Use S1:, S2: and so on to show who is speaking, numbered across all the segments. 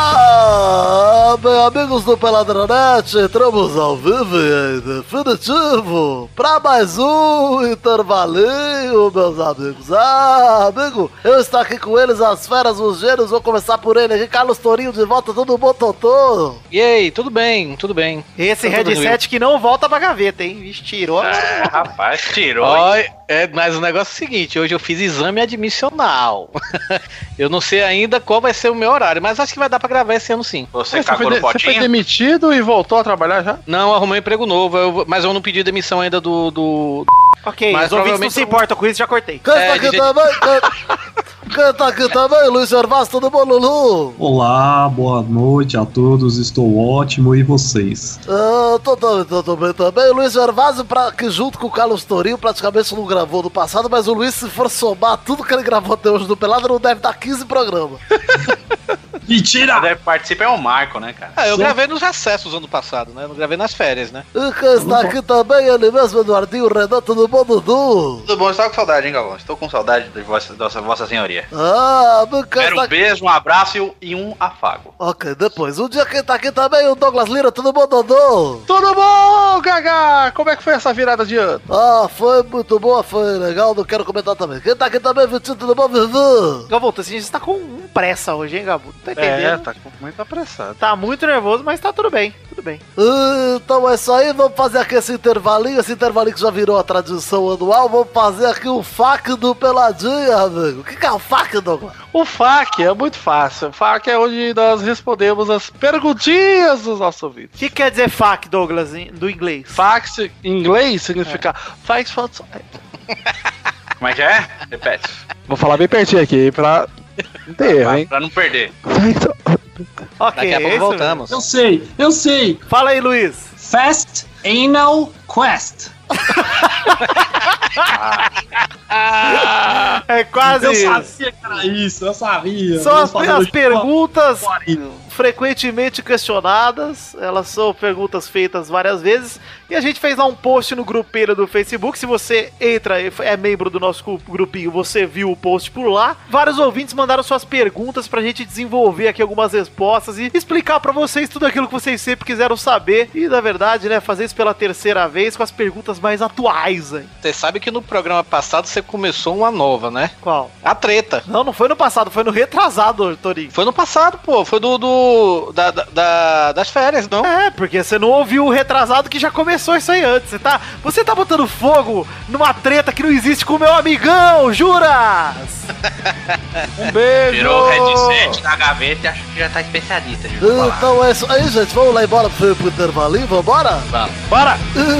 S1: Ah, bem, amigos do Peladronete, entramos ao vivo e em definitivo para mais um intervalinho, meus amigos. Ah, amigo, eu estou aqui com eles, as feras, os gênios. Vou começar por ele aqui, Carlos Torinho de volta, tudo bom, Totô?
S2: E aí, tudo bem, tudo bem.
S3: Esse
S2: Tá tudo
S3: headset que não volta pra gaveta, hein? Vixe, tirou.
S4: É, rapaz, tirou. hein?
S2: Ó, é, mas o negócio é o seguinte, hoje eu fiz exame admissional. eu não sei ainda qual vai ser o meu horário, mas acho que vai dar pra gravar esse ano sim.
S4: Você
S5: Você
S4: cagou
S5: foi, de-
S4: no
S5: você foi
S4: potinho?
S5: demitido e voltou a trabalhar já?
S2: Não, arrumei um emprego novo, eu vou- mas eu não pedi demissão ainda do... do...
S3: Ok,
S2: Mas
S3: os ouvintes não
S2: provavelmente-
S3: se importam com isso, já cortei.
S1: Quem
S2: É,
S1: tá aqui
S2: de-
S1: também? Quem... Quem tá aqui também? Luiz Gervásio, tudo bom, Lulu?
S6: Olá, boa noite a todos, estou ótimo e vocês?
S1: Ah, tô, tô, tô, tô bem também. Luiz Gervásio, pra, que junto com o Carlos Tourinho, praticamente não gravou no passado, mas o Luiz, se for somar tudo que ele gravou até hoje no Pelado, não deve dar 15 programas.
S6: Mentira!
S4: Deve participar é o Marco, né, cara?
S2: Ah, eu gravei nos recessos ano passado, né? Eu gravei nas férias, né?
S1: E quem está aqui também, ele mesmo, Eduardinho Renan, tudo bom, Dudu?
S4: Tudo bom, estava com saudade, hein, Galvão? Estou com saudade de vossa, nossa, vossa senhoria.
S1: Ah, meu, quem
S4: Quero
S1: está
S4: um
S1: aqui...
S4: beijo, um abraço e um- e um afago.
S1: Ok, depois. Um dia quem tá aqui também, o Douglas Lira, tudo bom, Dodô?
S5: Tudo bom, Gaga? Como é que foi essa virada de ano?
S1: Ah, foi muito boa, foi legal, não quero comentar também. Quem tá aqui também, Vitinho, tudo bom, Vivi?
S3: Gabuto, assim, a gente tá com um pressa hoje, hein, Gabuto?
S4: É,
S3: Tá entendendo?
S5: tá muito apressado.
S3: Tá muito nervoso, mas tá tudo bem, tudo bem.
S1: Então é isso aí, vamos fazer aqui esse intervalinho, esse intervalinho que já virou a tradição anual, vamos fazer aqui o fac do Peladinha, amigo. O que, que é o fac, Douglas?
S5: O FAQ é muito fácil. O FAQ é onde nós respondemos as perguntinhas dos nossos ouvintes.
S3: O que quer dizer fac, Douglas, em- do inglês?
S5: Fax em inglês significa fax fax-
S4: Como é que é? Repete.
S5: Vou falar bem pertinho aqui pra não ter erro, hein?
S4: Pra não perder.
S5: Fax-
S3: Ok, é
S2: Daqui a pouco
S3: isso
S2: voltamos.
S6: Eu sei, eu sei!
S3: mesmo. Fala aí, Luiz.
S6: Fast Anal Quest!
S3: É quase
S6: eu
S3: isso.
S6: sabia que era isso, eu sabia!
S3: São
S6: Eu
S3: as,
S6: sabia.
S3: as perguntas
S6: Farinha.
S3: frequentemente questionadas, elas são perguntas feitas várias vezes, e a gente fez lá um post no grupelho do Facebook, se você entra e é membro do nosso gru- grupinho, você viu o post por lá. Vários ouvintes mandaram suas perguntas pra gente desenvolver aqui algumas respostas e explicar pra vocês tudo aquilo que vocês sempre quiseram saber, e na verdade, né, fazer isso pela terceira vez com as perguntas mais atuais, hein?
S2: Você sabe que no programa passado você começou uma nova, né?
S3: Qual?
S2: A treta.
S3: Não, não foi no passado, foi no retrasado, Torinho.
S2: Foi no passado, pô. Foi do. do da, da- da- das férias, não?
S3: É, porque você não ouviu o retrasado que já começou isso aí antes. Você tá, você tá botando fogo numa treta que não existe com o meu amigão, juras!
S5: Um beijo!
S4: Tirou o headset da gaveta e acho que já tá especialista, Júlio.
S5: tá-
S1: Então é isso aí, gente. Vamos lá embora pro, pro intervalinho, vambora?
S3: Bora!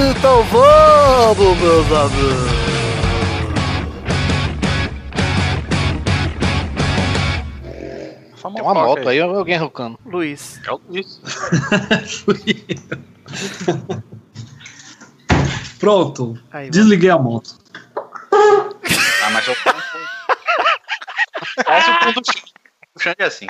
S1: Então vamos, meus amigos.
S2: Tem uma moto aí, alguém rocando.
S3: Luiz.
S4: É
S6: Pronto,
S3: Aí,
S6: desliguei a moto.
S4: Ah, mas eu. Parece o fundo do Xande assim.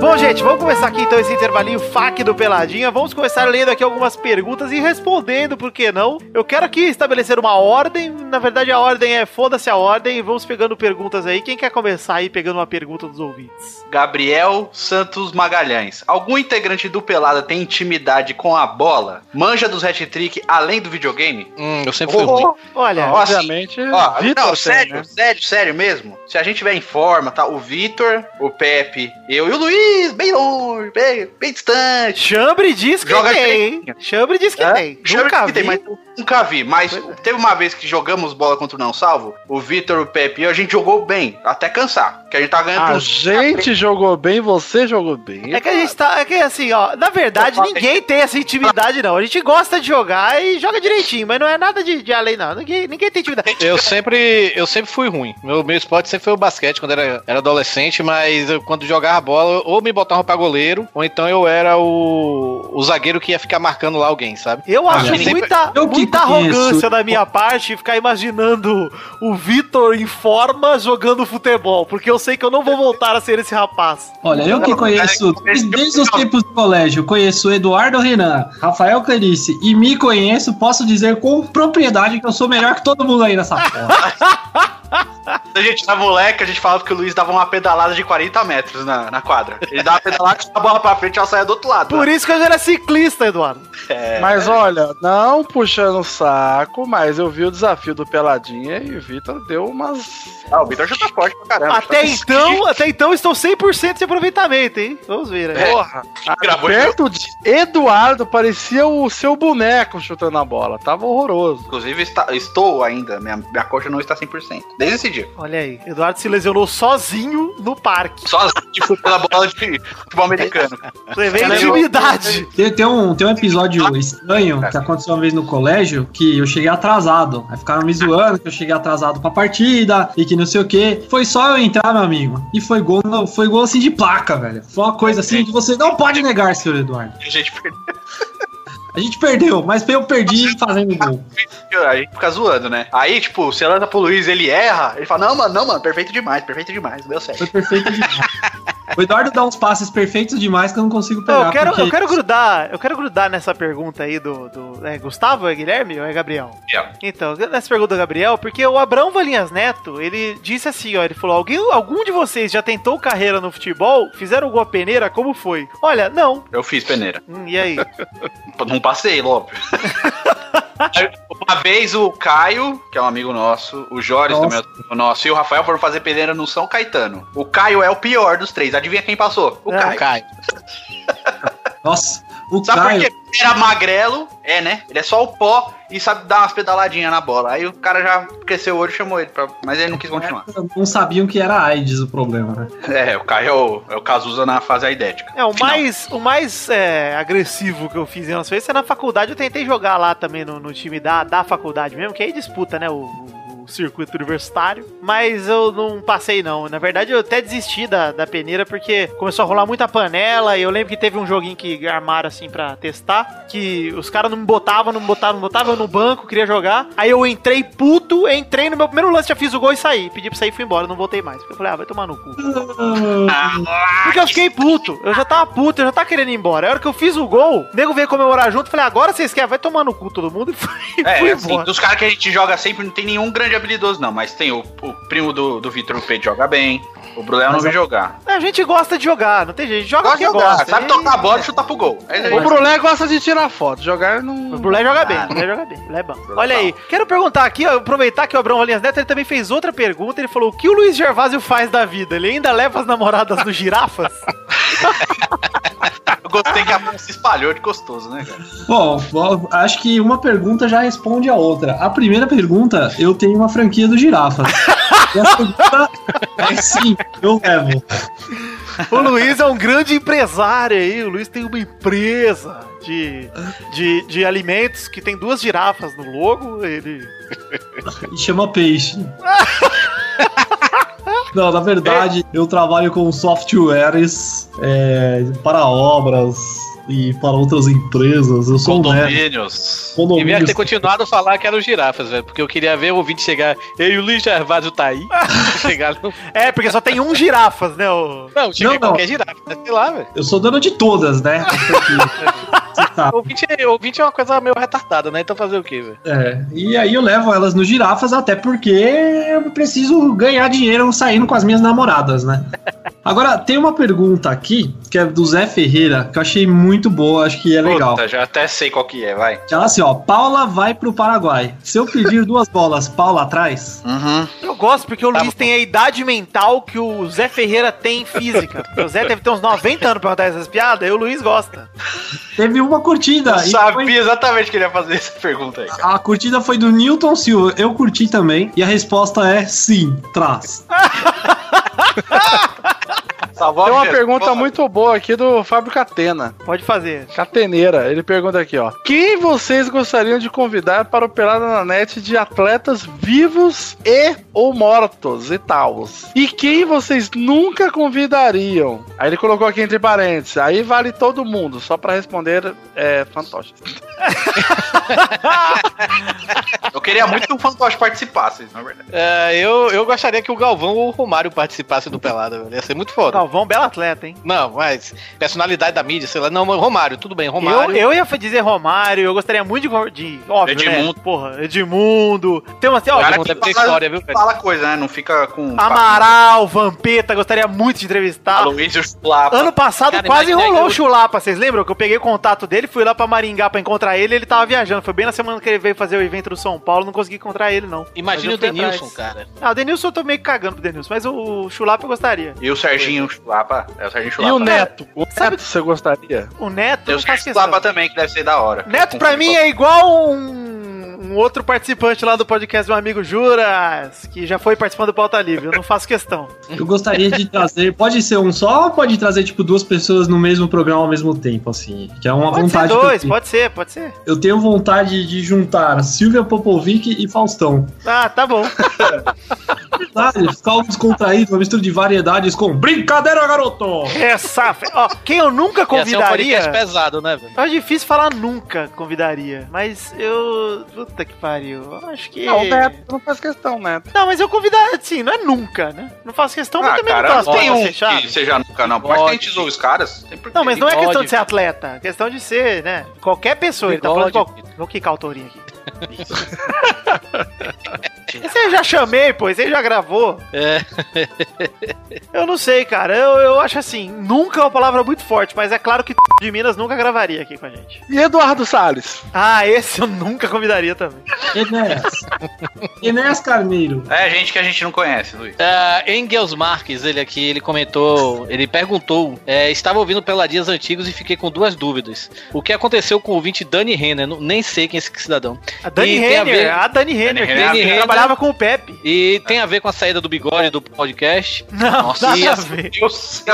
S3: Bom, gente, vamos começar aqui então esse intervalinho FAQ do Peladinha. Vamos começar lendo aqui algumas perguntas e respondendo, por que não? Eu quero aqui estabelecer uma ordem. Na verdade, a ordem é foda-se a ordem. Vamos pegando perguntas aí. Quem quer começar aí pegando uma pergunta dos ouvintes?
S4: Gabriel Santos Magalhães. Algum integrante do Pelada tem intimidade com a bola? Manja dos hat-trick além do videogame?
S2: Hum, eu sempre fui ruim.
S5: Oh,
S3: Olha,
S4: Ó, assim,
S5: obviamente,
S4: Ó,
S5: Vitor
S4: não,
S5: tem,
S4: sério,
S5: né?
S4: sério, sério mesmo. Se a gente tiver em forma, tá? O Vitor, o Pepe, eu e o Luiz, bem longe, bem, bem distante.
S3: Chambre diz que
S4: Joga
S3: tem, hein?
S4: direitinho.
S3: Chambre diz que
S4: É?
S3: tem.
S4: Chama
S3: Nunca
S4: que tem,
S3: vi.
S4: mas nunca vi, mas
S5: é.
S4: teve uma vez que jogamos bola contra o Não Salvo, o Vitor, o Pepe e eu, a gente jogou bem, até cansar. Que a gente tá ganhando
S5: A
S3: Ah,
S4: uns
S5: gente jogou bem, você jogou bem.
S3: É que a gente tá. É que assim, ó. Na verdade, ninguém tem essa intimidade, não. A gente gosta de jogar e joga direitinho, mas não é nada de, de além, não. Ninguém, ninguém tem intimidade.
S2: Eu sempre, eu sempre fui ruim. Meu, meu esporte sempre foi o basquete quando era, era adolescente, mas eu, quando jogava bola, ou me botavam pra goleiro, ou então eu era o, o zagueiro que ia ficar marcando lá alguém, sabe?
S3: Eu
S2: Ah,
S3: acho
S2: ninguém-
S3: muita,
S6: Eu que
S3: muita
S6: conheço.
S3: arrogância da minha parte ficar imaginando o Vitor em forma jogando futebol, porque eu sei que eu não vou voltar a ser esse rapaz.
S6: Olha, eu que conheço desde, desde os tempos do colégio, conheço Eduardo Renan, Rafael Clarice e me conheço, posso dizer com propriedade que eu sou melhor que todo mundo aí nessa porra.
S4: Quando a gente era moleque, a gente falava que o Luiz dava uma pedalada de 40 metros na, na quadra. Ele dava uma pedalada, chutava a bola pra frente e ela saia do outro lado. né?
S3: Por isso que eu já era ciclista, Eduardo.
S5: Mas olha, não puxando o saco, mas eu vi o desafio do Peladinha e o Vitor deu umas.
S4: Ah, o Vitor já tá forte pra caramba.
S3: Até
S4: já tá-
S3: então, até então estou 100% de aproveitamento, hein? Vamos ver né? aí.
S4: É.
S5: Porra!
S4: gravou
S5: Perto de Eduardo parecia o seu boneco chutando a bola. Tava horroroso.
S4: Inclusive, está- estou ainda. Minha, minha coxa não está 100%. Desde esse dia.
S3: Olha aí, Eduardo se lesionou sozinho no parque.
S4: Sozinho de futebol, bola de futebol americano.
S3: Você vê a
S4: Cara, eu-
S3: intimidade.
S6: Tem, tem um, tem um episódio estranho que aconteceu uma vez no colégio que eu cheguei atrasado. Aí ficaram me zoando que eu cheguei atrasado pra partida e que não sei o que. Foi só eu entrar, meu amigo. E foi gol, no- foi gol assim de placa, velho. Foi uma coisa assim que você não pode negar, senhor Eduardo.
S4: A gente perdeu.
S6: A gente perdeu, mas eu perdi fazendo gol.
S4: A gente fica zoando, né? Aí, tipo, você lança pro Luiz, ele erra. Ele fala: Não, mano, não, mano, perfeito demais, perfeito demais. Deu certo.
S6: Foi perfeito demais. O Eduardo dá uns passes perfeitos demais que eu não consigo
S3: Não,
S6: pegar.
S3: eu, quero,
S6: porque
S3: eu quero grudar, eu quero grudar nessa pergunta aí do. do é Gustavo? É Guilherme ou é Gabriel?
S4: Gabriel.
S3: Então, nessa pergunta do Gabriel, porque o Abrão Valinhas Neto, ele disse assim, ó, ele falou: Alguém, algum de vocês já tentou carreira no futebol? Fizeram alguma peneira? Como foi? Olha, não.
S4: Eu fiz peneira.
S3: Hum, e aí?
S4: Não passei, óbvio. Aí, Uma vez o Caio, que é um amigo nosso, o Jorge
S6: Nossa.
S4: também é um amigo nosso, e o Rafael foram fazer peneira no São Caetano. O Caio é o pior dos três. Adivinha quem passou? O
S3: É,
S4: Caio.
S2: Cai.
S6: Nossa, o
S4: Sabe
S6: Caio.
S4: por quê? Ele Era magrelo, é, né? Ele é só o pó e sabe dar umas pedaladinhas na bola. Aí o cara já cresceu o olho e chamou ele, pra... mas ele não quis continuar.
S6: Não sabiam que era AIDS o problema, né?
S4: É, o Caio é o, é o Cazuza na fase aidética.
S3: É, o
S4: Final.
S3: mais, o mais é, agressivo que eu fiz em umas vezes é na faculdade. Eu tentei jogar lá também no, no time da, da faculdade mesmo, que aí disputa, né? O, o- o circuito universitário. Mas eu não passei, não. Na verdade, eu até desisti da, da peneira porque começou a rolar muita panela. E eu lembro que teve um joguinho que armaram assim pra testar. Que os caras não me botavam, não me botavam, não me botavam. Eu no banco, queria jogar. Aí eu entrei puto, entrei no meu primeiro lance, já fiz o gol e saí. Pedi pra sair e fui embora, não voltei mais. Porque eu falei, ah, vai tomar no cu. Porque eu fiquei puto. Eu já tava puto, eu já tava querendo ir embora. A hora que eu fiz o gol, o nego veio comemorar junto. Falei, agora vocês querem? Vai tomar no cu todo mundo. E fui, fui
S4: É, assim,
S3: embora.
S4: dos caras que a gente joga sempre, não tem nenhum grande habilidoso, não. Mas tem o, o primo do, do Vitor o Pedro joga bem. O Brulé eu não
S6: Mas
S4: vi
S6: eu-
S4: jogar.
S3: A gente gosta de jogar, não tem jeito. Joga
S4: Gosta
S3: porque
S4: de jogar,
S3: gosta.
S4: sabe
S3: E-
S4: tocar a bola e chutar pro gol. É isso aí.
S5: O Brulé gosta de tirar foto, jogar
S3: O
S5: não.
S3: Brulé joga bem,
S4: Ah.
S3: o Brulé joga bem, o Brulé é bom. Olha aí, quero perguntar aqui, ó, aproveitar que o Abrão Valinhas Neto ele também fez outra pergunta. Ele falou: o que o Luiz Gervásio faz da vida? Ele ainda leva as namoradas do girafas?
S4: Eu gostei que a mão se espalhou de gostoso, né, cara?
S6: Bom, bom, acho que uma pergunta já responde a outra. A primeira pergunta, eu tenho uma franquia do Girafas. e a segunda é sim, eu levo.
S3: O Luiz é um grande empresário aí. O Luiz tem uma empresa de, de, de alimentos que tem duas girafas no logo. Ele.
S6: E chama peixe. Não, na verdade, eu trabalho com softwares é, para obras e para outras empresas. Eu sou um nerd.
S4: Condomínios.
S2: Devia
S6: Condomínios.
S2: ter continuado a falar que eram os girafas, velho. Porque eu queria ver o ouvinte chegar. Ei, o Luiz Gervásio tá aí. chegar no...
S3: É, porque só tem um girafas, né? O,
S2: Não, chegar
S6: Não,
S2: em
S6: não.
S2: qualquer girafa. mas Sei lá, velho.
S6: Eu sou dono de todas, né? Você sabe.
S2: Ouvinte, é- ouvinte é uma coisa meio retardada, né? Então fazer o quê, velho?
S6: É, e aí eu levo elas no girafas, até porque eu preciso ganhar dinheiro saindo com as minhas namoradas, né? Agora, tem uma pergunta aqui, que é do Zé Ferreira, que eu achei muito boa, acho que é legal.
S4: Puta, já até sei qual que é, vai.
S6: Que ela assim, ó, Paula vai pro Paraguai. Se eu pedir duas bolas, Paula atrás?
S4: Uhum.
S3: eu gosto porque o Luiz tem a idade mental que o Zé Ferreira tem física. Porque o Zé deve ter uns 90 anos pra rodar essas piadas, e o Luiz gosta.
S6: Teve uma curtida. Ah, e
S4: Sabia
S6: foi-
S4: exatamente que ele ia fazer essa pergunta aí, cara.
S6: A curtida foi do Newton Silva, eu curti também, e a resposta é sim, traz.
S4: Salvou
S5: Tem
S4: a
S5: uma
S4: vida.
S5: pergunta
S4: Boa.
S5: muito boa aqui do Fábio Catena.
S3: Pode fazer.
S5: Cateneira, ele pergunta aqui, ó. Quem vocês gostariam de convidar para o Pelada na Net de atletas vivos e ou mortos e tal? E quem vocês nunca convidariam? Aí ele colocou aqui entre parênteses. Aí vale todo mundo, só para responder, é fantoche.
S4: Eu queria muito que o Fantoche participasse, na verdade.
S2: É, eu, eu gostaria que o Galvão ou o Romário participassem do Pelada, velho. Ia ser muito foda.
S3: Galvão, belo atleta, hein?
S2: Não, mas personalidade da mídia, sei lá. Não, mas Romário, tudo bem,
S3: Eu,
S2: Romário.
S3: eu ia dizer Romário, eu gostaria muito de. co- de óbvio,
S4: Edmundo.
S3: Né? Porra, Edmundo. Tem uma assim, ó.
S2: Cara,
S3: Edmundo.
S2: deve ter história, viu, velho?
S4: Fala coisa, né? Não fica com.
S3: Amaral, Vampeta, gostaria muito de entrevistar.
S4: Luiz e o Chulapa.
S3: Ano passado
S2: Cara,
S3: quase
S2: imagina
S3: rolou o
S2: que eu-
S3: Chulapa, vocês lembram? Que eu peguei o contato dele, fui lá pra Maringá pra encontrar ele, ele tava viajando. Foi bem na semana que ele veio fazer o evento do São Paulo, não consegui encontrar ele, não.
S2: Imagina o
S3: Mas eu fui
S2: Denilson,
S3: atrás.
S2: cara. um
S3: Ah, o Denilson eu tô meio cagando pro Denilson, mas o Chulapa eu gostaria.
S4: E o Serginho Chulapa. É o Serginho
S5: E
S4: Chulapa.
S5: o Neto? O
S3: Sabe-
S5: Neto, você gostaria?
S3: O Neto,
S4: Tem
S3: eu
S4: o
S3: tá
S4: Serginho
S3: esquecendo.
S4: Chulapa também, que deve ser da hora.
S3: Neto pra mim é igual um, um outro participante lá do podcast Meu Amigo Juras, que já foi participando do Pauta Livre, eu não faço questão.
S6: Eu gostaria de trazer. Pode ser um só ou pode trazer, tipo, duas pessoas no mesmo programa ao mesmo tempo, assim? Que é uma
S3: Pode ser
S6: vontade. que eu
S3: dois,
S6: tenho.
S3: pode ser, pode ser.
S6: Eu tenho vontade de juntar Silvia Popovic e Faustão.
S3: Ah, tá bom.
S6: Sabe? Ficar um descontraído, uma mistura de variedades com brincadeira, garoto!
S3: Essa, fe- ó, quem eu nunca
S2: Ia ser um
S3: convidaria.
S2: podcast pesado, né, velho?
S3: É difícil falar nunca convidaria, mas eu. Puta que pariu. eu Acho que.
S5: Não, né? o Neto não faz questão, Neto.
S3: Não, mas eu convidar, assim, não é nunca, né? Não faço questão, mas
S4: Ah,
S3: também não
S4: cara,
S3: tô
S4: não
S3: as
S4: tem
S3: portas
S4: um que
S3: fechadas.
S4: seja no canal. Mas
S2: Bigode.
S4: tem tesouro os caras. Tem porquê.
S3: Não, mas não é
S2: Bigode,
S3: questão de ser atleta, é questão de ser, né? Qualquer pessoa, ele tá falando de
S2: Bigode,
S3: qualquer. Vou quicar o tourinho aqui. Esse eu já chamei, pô, esse aí já gravou.
S2: É.
S3: Eu não sei, cara. Eu, eu acho assim, nunca é uma palavra muito forte, mas é claro que de Minas nunca gravaria aqui com a gente.
S5: E Eduardo Salles?
S3: Ah, esse eu nunca convidaria também.
S6: Enéas. Enéas Carneiro.
S4: É gente que a gente não conhece, Luiz.
S2: Ah, Engels Marques, ele aqui, ele comentou, ele perguntou, é, estava ouvindo Peladias Antigos e fiquei com duas dúvidas. O que aconteceu com o ouvinte Dani Renner? Não- Nem sei quem é esse cidadão.
S3: A Dani
S2: E tem a ver-
S3: Renner, a, Dani Renner, que
S4: Dani
S2: Renner.
S3: ela trabalhava com o Pepe.
S2: E tem a ver com a saída do bigode do podcast. É,
S3: Não,
S2: Nossa,
S3: nada a
S2: isso.
S3: ver.
S4: Deus.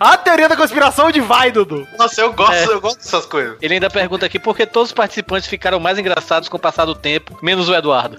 S3: A teoria da conspiração de vai, Dudu.
S4: Nossa, eu gosto,
S2: É.
S4: eu gosto dessas coisas.
S2: Ele ainda pergunta aqui por que todos os participantes ficaram mais engraçados com o passar do tempo, menos o Eduardo.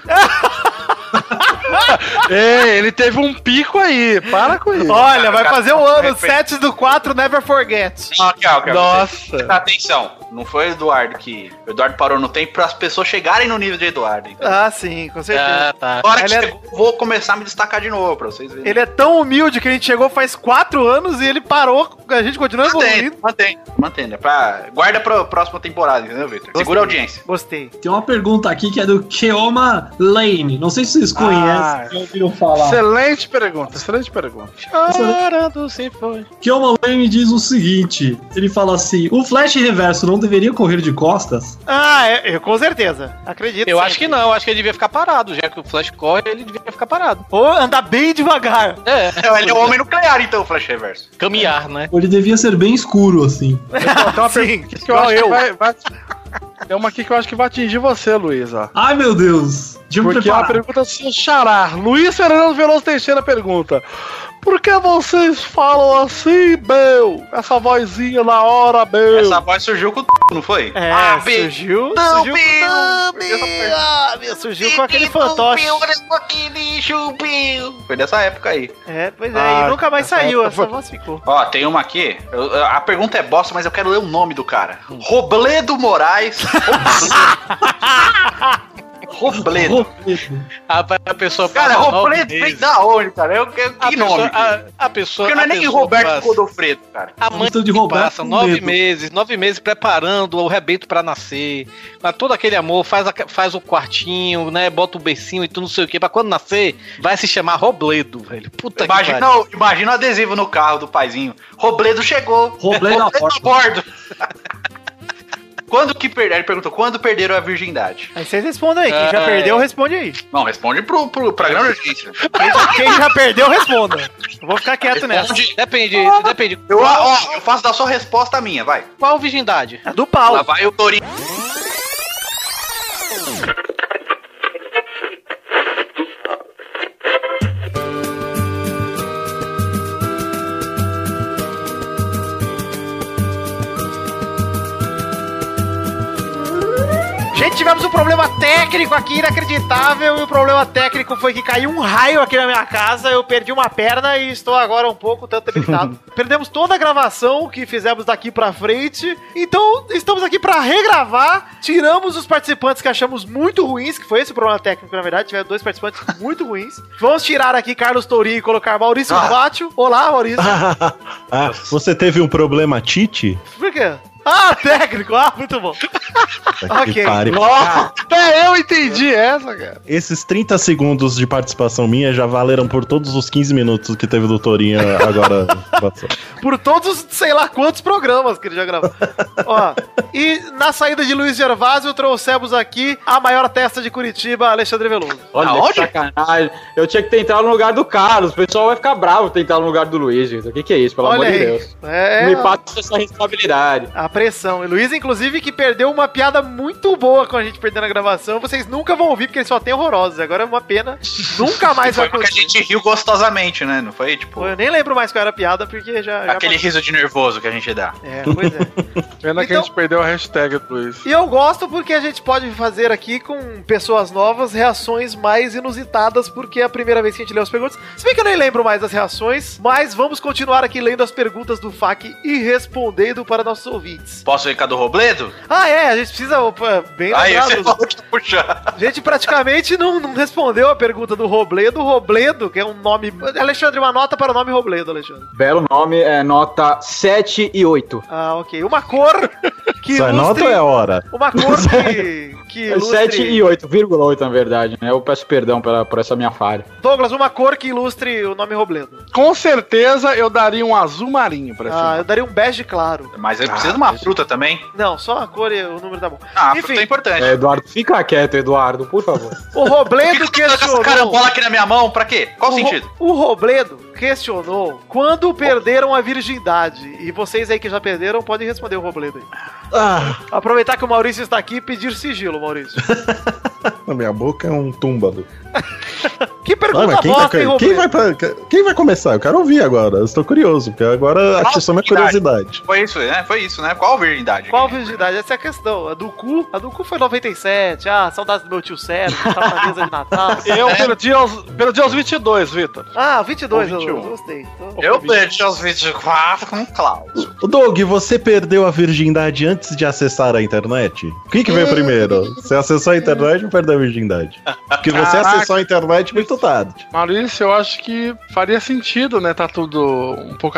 S5: Ei, ele teve um pico aí. Para com isso.
S3: Olha,
S4: cara,
S3: vai
S4: cara,
S3: fazer um
S4: cara,
S3: ano,
S4: foi-
S3: 7 do 4, never forget.
S4: Não, aqui, ó, aqui, ó.
S5: Nossa.
S4: Atenção, não foi o Eduardo que. O Eduardo parou no tempo para as pessoas chegarem no nível de Eduardo. Então.
S3: Ah, sim, com certeza.
S2: Ah, tá.
S4: Agora que
S3: ele é-
S4: chegou, vou começar a me destacar de novo pra vocês verem.
S3: Ele é tão humilde que a gente chegou faz 4 anos e ele parou, a gente continua
S4: mantendo,
S3: evoluindo.
S4: mantendo, mantendo. É pra... Guarda pra próxima temporada, entendeu, Victor? Segura a audiência.
S3: Gostei.
S6: Tem uma pergunta aqui que é do Keoma Lane. Não sei se vocês
S5: Ah.
S6: conhecem, já ouviram falar.
S5: Excelente pergunta, excelente pergunta.
S7: é
S2: Chorando se foi.
S6: Keoma Lane diz o seguinte: ele fala assim, o Flash Reverso não deveria correr de costas?
S3: Ah, é, eu, com certeza. Acredito.
S2: Eu
S3: sempre.
S2: acho que não, acho que ele devia ficar parado, já que o Flash corre, ele devia ficar parado.
S3: Ou andar bem devagar.
S2: É,
S4: Ele é um homem nuclear, então, Flash Reverso.
S2: caminhar, né?
S6: Ou ele devia ser bem escuro, assim?
S5: Então, uma
S3: Sim,
S5: pergunta que eu acho que
S3: eu.
S5: vai, vai- Tem uma aqui que eu acho que vai atingir você, Luiz, ó.
S6: Ai, meu Deus! Deixa eu me
S5: Porque é uma
S6: preparar.
S5: pergunta do seu xará. Luiz Fernando Veloso Teixeira pergunta: Por que vocês falam assim, meu? Essa vozinha na hora, meu.
S4: Essa voz surgiu com o t, não foi?
S3: É,
S4: Ah, Bi-
S3: surgiu.
S4: Não,
S3: surgiu,
S4: Bill!
S3: não, Bill! Ah, meu, surgiu com aquele fantoche.
S4: né? Foi dessa época aí.
S3: É, pois é,
S5: Ah,
S3: e nunca mais
S5: essa
S3: saiu,
S5: época
S3: essa
S5: foi-
S3: voz ficou.
S4: Ó, tem uma aqui. Eu- eu- a pergunta é bosta, mas eu quero ler o nome do cara. Robledo Moraes. Robledo.
S6: Robledo.
S2: A, a pessoa
S4: Cara,
S2: fala mal
S4: Robledo
S2: deles.
S4: vem da onde, cara? Eu, eu,
S2: A
S4: que nome?
S2: pessoa, a, a pessoa.
S4: Porque não é
S2: a
S4: nem
S2: pessoa
S4: Roberto
S2: passa-
S4: Godofredo, cara.
S2: A mãe
S6: Gostou de
S2: que
S6: Roberto
S2: passa
S6: com
S2: nove
S6: medo.
S2: meses, nove meses preparando o rebento pra nascer, com todo aquele amor, faz, a- faz o quartinho, né, bota o beicinho e tudo não sei o que, pra quando nascer, vai se chamar Robledo, velho. Puta que
S4: Imagina,
S2: pariu.
S4: o- imagina o adesivo no carro do paizinho. Robledo chegou.
S6: Robledo à
S4: Robledo a
S6: porta.
S4: bordo. quando que perderam? Ele perguntou, quando perderam a virgindade?
S3: Aí vocês respondem aí. Quem já
S2: Ah,
S3: perdeu, responde aí.
S4: Não, responde pro, pro, pra grande audiência.
S3: Quem já perdeu, responda. Eu vou ficar quieto nessa.
S2: Onde- Depende, depende.
S4: Eu,
S2: qual,
S4: ó, eu faço da sua resposta a minha, vai.
S2: qual virgindade?
S3: É do
S4: Lá
S3: pau.
S4: vai o Torinho.
S3: Gente, tivemos um problema técnico aqui inacreditável. E o problema técnico foi que caiu um raio aqui na minha casa. Eu perdi uma perna e estou agora um pouco tanto debilitado. Perdemos toda a gravação que fizemos daqui pra frente. Então, estamos aqui pra regravar. Tiramos os participantes que achamos muito ruins, que foi esse o problema técnico, na verdade. Tiveram dois participantes muito ruins. Vamos tirar aqui Carlos Tourinho e colocar Maurício Fátio. Olá, Maurício.
S8: Ah, você teve um problema, Tite?
S3: Por quê? Ah, técnico! Ah, muito bom.
S8: Tá que
S3: Ok.
S8: pariu.
S5: Até É, eu entendi essa, cara.
S8: Esses 30 segundos de participação minha já valeram por todos os 15 minutos que teve do Torinho agora.
S3: Por todos, sei lá quantos programas que ele já gravou. Ó, e na saída de Luiz Gervásio, trouxemos aqui a maior testa de Curitiba, Alexandre Veloso.
S7: Olha, que
S4: Aonde?
S7: sacanagem. Eu tinha que tentar no lugar do Carlos. O pessoal vai ficar bravo tentar no lugar do Luiz, gente. O que, que é isso, pelo
S3: Olha
S7: amor
S3: aí.
S7: de Deus?
S3: É,
S7: Não me passa essa responsabilidade.
S3: a pressão. E Luiz, inclusive, que perdeu uma piada muito boa com a gente perdendo a gravação. Vocês nunca vão ouvir, porque eles só tem horrorosos. Agora é uma pena. Nunca mais vai
S4: Foi porque a
S3: acontecer.
S4: gente riu gostosamente, né? Não foi, tipo,
S3: Pô, Eu nem lembro mais qual era a piada, porque já... já
S4: aquele riso de nervoso que a gente dá.
S3: passou. É, pois é.
S5: Pena que a
S3: Então-
S5: gente perdeu a hashtag do Luiz.
S3: E eu gosto porque a gente pode fazer aqui com pessoas novas reações mais inusitadas, porque é a primeira vez que a gente lê as perguntas. Se bem que eu nem lembro mais das reações, mas vamos continuar aqui lendo as perguntas do FAC e respondendo para nossos ouvintes.
S4: Posso ir com a do Robledo?
S3: Ah, é, a gente precisa. opa, bem
S4: Aí
S3: lembrado.
S4: você falou que tá ia puxar.
S3: A gente praticamente não, não respondeu a pergunta do Robledo. Robledo, que é um nome. Alexandre, uma nota para o nome Robledo, Alexandre.
S7: Belo nome, é nota 7 e 8.
S3: Ah, ok. Uma cor que.
S8: Isso é nota ou é hora?
S3: Uma cor que. que
S7: É 7
S3: ilustre-
S7: e 8, vírgula 8 na verdade, né? Eu peço perdão pela, por essa minha falha.
S3: Douglas, uma cor que ilustre o nome Robledo.
S5: Com certeza eu daria um azul marinho pra
S3: Ah,
S5: cima.
S3: eu daria um bege claro.
S4: Mas ele precisa de uma fruta também.
S3: Não, só a cor e o número tá bom.
S4: Ah, a
S3: Enfim.
S4: fruta é importante.
S7: É, Eduardo, fica quieto, Eduardo, por favor.
S3: O
S4: Por que
S3: Robledo
S4: que eu tô com essa
S3: questionou.
S4: carambola aqui na minha mão? Pra quê? Qual o
S3: o, Ro-
S4: sentido?
S3: o Robledo questionou quando perderam a virgindade. E vocês aí que já perderam podem responder o Robledo aí.
S8: Ah,
S3: Aproveitar que o Maurício está aqui e pedir sigilo, Maurício.
S8: na minha boca é um túmbado.
S3: Que
S8: Ah,
S3: pergunta
S8: mas quem, vai,
S3: bosta, hein,
S8: quem,
S3: Robledo?
S8: vai, pra- quem vai começar? Eu quero ouvir agora. Eu estou curioso, porque agora atiçou minha curiosidade.
S4: Foi isso, né? Foi isso, né? Qual a virgindade?
S3: Qual virgindade? Essa é a questão. A do cu? A do cu foi 97. Ah, saudades do meu tio Sérgio, tava na mesa de Natal.
S5: Eu perdi aos, perdi aos 22, Vitor.
S3: Ah, 22,
S5: Ou 21.
S3: eu gostei. então. Tô-
S4: Eu perdi aos 24 com o Klaus.
S8: Ô, Doug, você perdeu a virgindade antes de acessar a internet? O que, que veio
S3: Hum.
S8: primeiro? Você acessou a internet ou perdeu a virgindade? Porque você
S5: Caraca.
S8: acessou a internet muito tarde.
S5: Maurício, eu acho que faria sentido, né? Tá tudo um pouco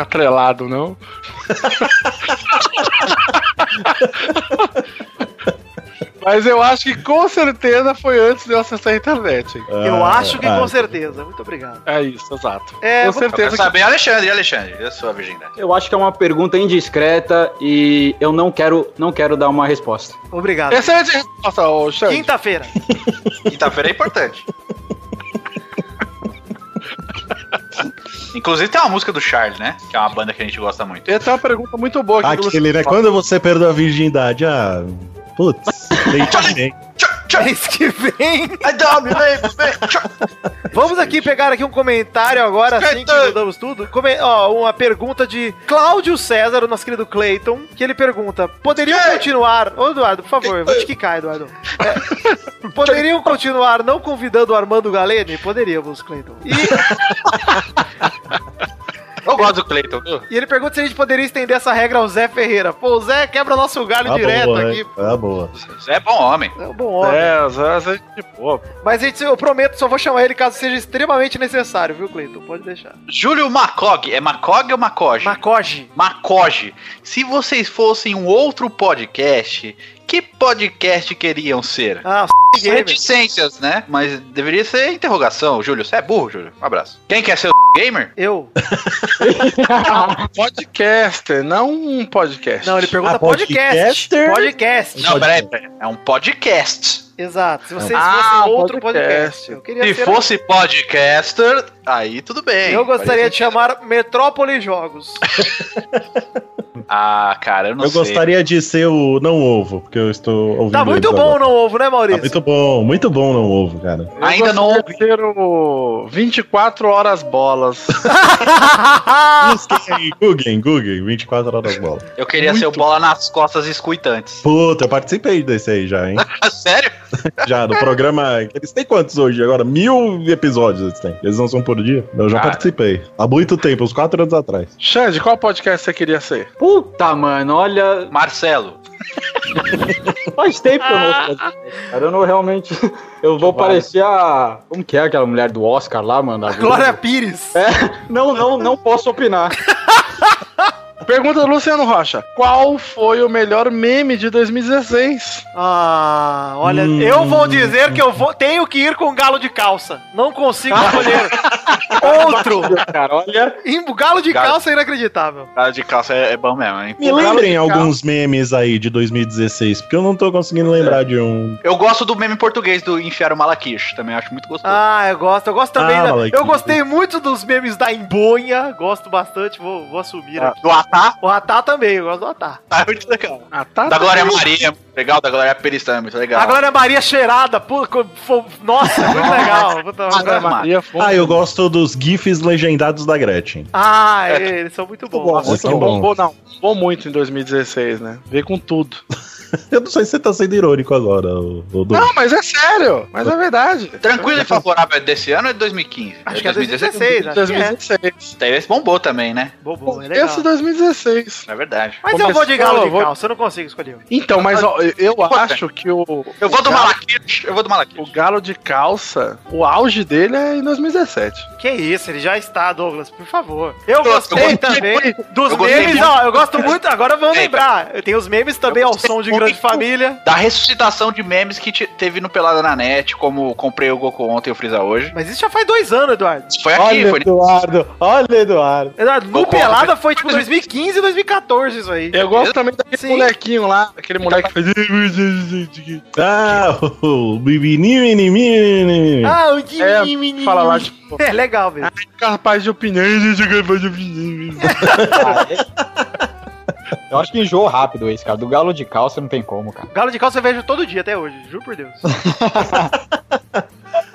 S5: atrelado, não? Mas eu acho que com certeza foi antes de eu acessar a internet.
S3: Eu
S8: Ah,
S3: acho que
S8: ah,
S3: com certeza. Muito obrigado.
S5: É isso, exato.
S3: É,
S5: com
S3: vou-
S4: Eu quero
S5: certeza que
S4: saber, Alexandre, Alexandre, eu sou a virgindade.
S7: Eu acho que é uma pergunta indiscreta e eu não quero, não quero dar uma resposta.
S3: Obrigado.
S5: Excelente resposta, ô Xande.
S3: Quinta-feira.
S4: Quinta-feira é importante. Inclusive tem uma música do Charlie, né? Que é uma banda que a gente gosta muito.
S5: Eu tenho é uma pergunta muito boa aqui. do
S8: Aquele, né?
S5: Luciano.
S8: Quando você perdeu a virgindade? Ah, putz, dei
S3: Mês que vem.
S4: Ai, dá, me vem, me vem.
S3: Vamos aqui pegar aqui um comentário agora, assim que mudamos tudo. Come- ó, uma pergunta de Cláudio César, o nosso querido Clayton, que ele pergunta: poderiam continuar. Ô, Eduardo, por favor, eu vou te quicar, Eduardo. É, poderiam continuar não convidando o Armando Galene? Poderíamos, Clayton. E,
S4: Eu gosto do Clayton, viu?
S3: e ele pergunta se a gente poderia estender essa regra ao Zé Ferreira. Pô, o Zé quebra nosso galho
S8: Tá
S3: direto
S8: boa,
S3: aqui.
S8: hein? Tá boa.
S4: Zé é bom homem.
S3: É um bom homem.
S5: É, às vezes é de boa.
S3: Mas gente, eu prometo, só vou chamar ele caso seja extremamente necessário, viu, Cleiton? Pode deixar.
S4: Júlio Macog. É Macog ou Macoge?
S3: Macoge.
S4: Macoge. Se vocês fossem um outro podcast, que podcast queriam ser?
S3: Ah,
S4: Sem Reticências, né? Mas deveria ser interrogação, Júlio. Você é burro, Júlio. Um abraço. Quem quer ser o gamer?
S3: Eu?
S5: um Podcaster, não um podcast.
S3: Não, ele pergunta
S8: Ah,
S3: podcast.
S8: podcaster?
S3: Podcast.
S4: Não, peraí, peraí. É um podcast.
S3: Exato. Se vocês
S4: Ah,
S3: fossem outro podcast.
S5: podcast.
S3: Eu queria
S4: Se
S3: ser-
S4: fosse podcaster, aí tudo bem.
S3: Eu gostaria
S4: Mas-
S3: de chamar Metrópole Jogos.
S4: Ah, cara, eu não
S8: Eu
S4: sei.
S8: gostaria de ser o não ovo, porque eu estou ouvindo.
S3: Tá muito
S8: eles
S3: bom
S8: agora.
S3: não ovo, né,
S8: Tá
S3: Maurício?
S8: muito bom, muito bom não ovo, cara.
S5: Eu
S4: Ainda não
S5: gostaria de ser o 24 horas bolas.
S3: Ah,
S8: Busquem é aí, Google, Google, 24 horas bola.
S4: Eu queria ser o bola nas costas escuitantes.
S8: Puta, eu participei desse aí já, hein?
S4: Ah, Sério?
S8: Já, do programa. Eles têm quantos hoje agora? Mil episódios eles têm. Eles não são por dia? Eu já
S4: Cara.
S8: participei. Há muito tempo, uns quatro anos atrás.
S5: Xande, qual podcast você queria ser?
S7: Puta, mano, olha.
S4: Marcelo.
S7: Faz tempo que eu
S4: Ah.
S7: não ouço podcast, cara. Eu não realmente. Eu vou parecer a. Como que é aquela mulher do Oscar lá, mano? A Globo.
S3: Glória Pires.
S7: É, não, não, não posso opinar.
S5: Pergunta do Luciano Rocha. Qual foi o melhor meme de 2016?
S3: Ah, olha,
S8: Hum.
S3: eu vou dizer que eu vou, tenho que ir com galo de calça. Não consigo
S4: Ah.
S3: escolher outro.
S7: Cara, olha.
S3: Em- Galo de
S4: Galo.
S3: calça é inacreditável.
S4: Cara de calça é, é bom mesmo, hein?
S8: Me lembrem alguns memes aí de 2016, porque eu não tô conseguindo lembrar de um.
S4: Eu gosto do meme português do enfiar o Malaquias, também acho muito gostoso.
S3: Ah, eu gosto. Eu gosto também.
S8: Ah,
S3: da-
S8: moleque.
S3: eu gostei muito dos memes da Embonha. Gosto bastante. Vou, vou assumir aqui.
S4: Ah, Do Atá,
S3: O Atá também. Eu gosto do Atá.
S4: tá muito legal.
S5: Ah, tá.
S4: Da Glória Maria, é muito legal. Da Glória Pires também, é muito legal.
S3: A Glória Maria cheirada. Pô, co- fo- nossa, muito legal. Puta,
S4: Agora-
S5: Maria foi.
S8: Ah, eu gosto dos GIFs legendados da Gretchen.
S3: Ah,
S4: É.
S3: eles são muito
S4: né?
S3: bons.
S5: Nossa, que
S8: Muito bom.
S5: um bombou, não. Bombou muito em 2016, né? Veio com tudo.
S8: Eu não sei se você tá sendo irônico agora, o, o Du.
S5: Não, mas é sério. Mas é verdade.
S4: Tranquilo e favorável é desse ano ou é de 2015?
S3: Acho que é 2016, acho que é.
S5: 2016.
S4: Teve esse então bombou também, né?
S3: Bom, bom, é legal.
S5: Esse 2016.
S4: É verdade.
S3: Mas eu vou de galo de
S5: Começou,
S3: calça, eu não consigo escolher. um.
S5: Então, mas ó, eu
S4: Puta.
S5: acho que o.
S4: Eu vou
S5: o
S4: do
S5: galo-
S4: Malaquias, eu vou do Malaquias.
S5: O galo de calça, o auge dele é em 2017.
S3: Que isso, ele já está, Douglas, por favor. Eu
S4: Tô,
S3: gostei
S4: eu gostei
S3: também
S4: muito.
S3: dos
S4: Eu gostei
S3: memes,
S4: muito.
S3: ó, eu gosto muito, agora vamos
S4: Ei,
S3: lembrar. Eu tenho os memes também
S4: Eu
S3: ao
S4: gostei
S3: som de Grande
S4: muito.
S3: Família.
S4: Da ressuscitação de memes que te- teve no Pelada na Net, como comprei o Goku ontem e o Freeza hoje.
S3: Mas isso já faz dois anos, Eduardo.
S4: Isso foi aqui, foi
S8: Eduardo, olha, Eduardo.
S3: Eduardo, no
S4: Concordo.
S3: Pelada foi tipo 2015 e 2014 isso aí.
S5: Eu gosto também daquele
S3: Sim.
S5: molequinho lá, aquele moleque que fez.
S8: Ah, o menininho, menininho, menininho.
S3: Ah, o que
S5: É, fala lá, tipo,
S3: É legal mesmo.
S5: capaz de opinião.
S7: Eu acho que enjoou rápido esse, cara. Do galo de calça não tem como, cara.
S3: Galo de calça eu vejo todo dia até hoje, juro por Deus.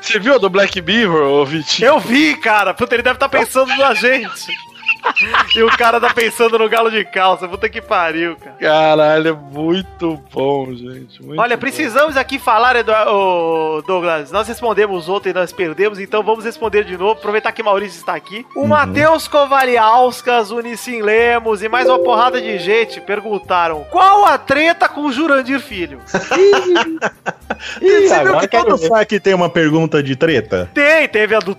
S5: Você viu a do Black Beaver, ô Vitinho?
S3: Eu vi, cara. Puta, ele deve estar pensando na gente. E o cara tá pensando no galo de calça. Puta que pariu, cara.
S5: Caralho, é muito bom, gente. muito
S3: Olha,
S5: bom.
S3: precisamos aqui falar, Eduardo, ô, Douglas. Nós respondemos ontem, nós perdemos, então vamos responder de novo. Aproveitar que Maurício está aqui. O
S8: Uhum.
S3: Matheus Covaliauskas, Unicim Lemos e mais uma porrada de gente perguntaram qual a treta com o Jurandir Filho?
S8: E você viu
S7: agora
S8: que
S7: quero
S8: todo
S7: ver.
S8: saque tem uma pergunta de treta?
S3: Tem, teve a do...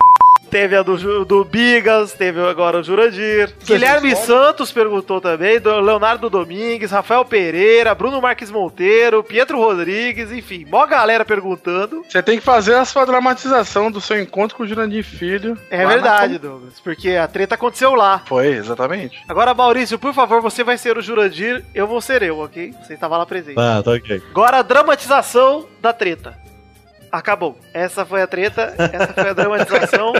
S3: Teve a do, Ju- do Bigas, teve agora o Jurandir. Guilherme Santos perguntou também, do Leonardo Domingues, Rafael Pereira, Bruno Marques Monteiro, Pietro Rodrigues, enfim, mó galera perguntando.
S5: Você tem que fazer a sua dramatização do seu encontro com o Jurandir Filho.
S3: É
S5: Lá na-
S3: verdade, Douglas, porque a treta aconteceu lá.
S5: Foi, exatamente.
S3: Agora, Maurício, por favor, você vai ser o Jurandir, eu vou ser eu, ok? Você estava lá presente.
S8: Ah, tá ok.
S3: Agora, a dramatização da treta. Acabou. Essa foi a treta, essa foi a dramatização.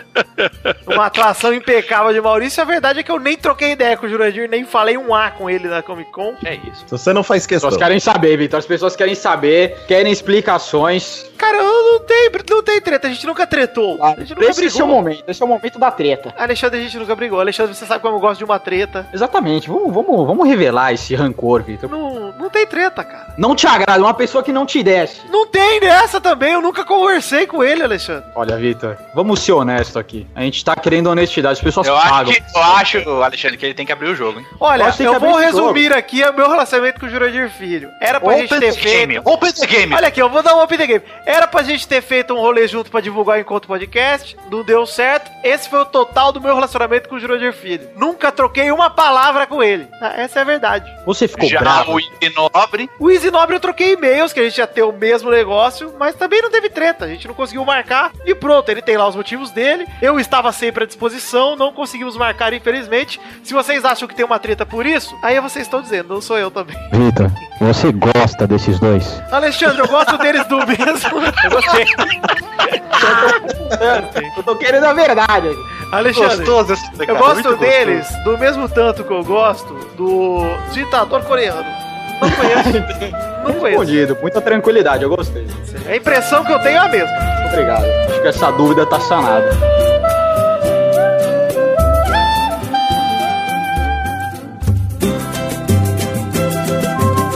S3: Uma atuação impecável de Maurício. A verdade é que eu nem troquei ideia com o Jurandir, nem falei um A com ele na Comic Con.
S4: É isso.
S8: Se Você não faz
S7: As
S8: questão.
S7: pessoas querem saber, Vitor. As pessoas querem saber, querem explicações.
S3: Cara, eu não tem, não tem treta, a gente nunca tretou. A gente nunca
S7: Esse é o
S3: brigou.
S7: momento, esse é o momento da treta.
S3: Alexandre, a gente nunca brigou. Alexandre, você sabe como eu gosto de uma treta.
S7: Exatamente, vamos, vamos, vamos revelar esse rancor, Vitor.
S3: Não, não tem treta, cara.
S7: Não te agrada, uma pessoa que não te desce.
S3: Não tem nessa também, eu nunca conversei com ele, Alexandre.
S7: Olha, Vitor, vamos ser honesto aqui. A gente tá querendo honestidade, as pessoas
S4: Eu
S7: pagam.
S4: acho, que, eu acho, Alexandre, que ele tem que abrir o jogo, hein?
S3: Olha,
S7: Eu acho que é
S3: eu
S7: tem que
S3: vou
S7: abrir esse
S3: resumir aqui o meu relacionamento com o Jurandir Filho. Era pra gente ter feito.
S4: Open the game!
S3: Olha aqui, eu vou dar um up the game. Era pra gente ter feito um rolê junto pra divulgar o Encontro Podcast, não deu certo. Esse foi o total do meu relacionamento com o Jurandir Filho. Nunca troquei uma palavra com ele. Ah, Essa é a verdade.
S7: Você ficou
S4: Já
S7: bravo.
S4: o Nobre.
S3: O Easy Nobre eu troquei e-mails, que a gente ia ter o mesmo negócio, mas também não teve treta, a gente não conseguiu marcar. E pronto, ele tem lá os motivos dele. Eu estava sempre à disposição, não conseguimos marcar, infelizmente. Se vocês acham que tem uma treta por isso, aí vocês estão dizendo, não sou eu também.
S9: Vitor, você gosta desses dois?
S3: Alexandre, eu gosto deles do mesmo.
S7: Eu tô querendo a verdade. aqui.
S3: Ah, Alexandre,
S4: Gostoso esse cara,
S3: eu gosto
S4: muito
S3: deles do mesmo tanto que eu gosto do ditador coreano. Não conheço. Não conheço.
S7: Respondido, muita tranquilidade, eu gostei.
S3: A impressão que eu tenho é a mesma.
S7: Obrigado. Acho que essa dúvida tá sanada.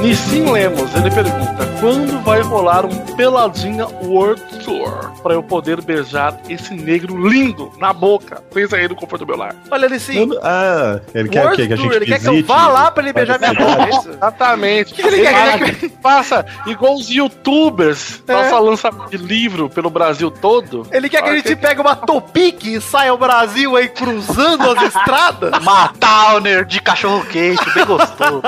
S5: Nissim Lemos, ele pergunta: quando vai rolar um Peladinha World Tour pra eu poder beijar esse negro lindo na boca sem sair do conforto do meu lar?
S3: Olha, ele sim.
S8: Quando- Ah, ele quer o
S3: World
S8: quê? Que a
S3: Tour,
S8: gente
S3: ele quer que eu
S8: visite?
S3: vá lá pra ele beijar minha boca. é isso?
S5: Exatamente.
S3: que ele quer? Ele É.
S5: Faça igual os youtubers, faça lançamento de livro pelo Brasil todo.
S3: Ele quer que a gente pegue uma Topic e saia ao Brasil aí cruzando as estradas?
S4: Matauner de cachorro quente, bem gostoso.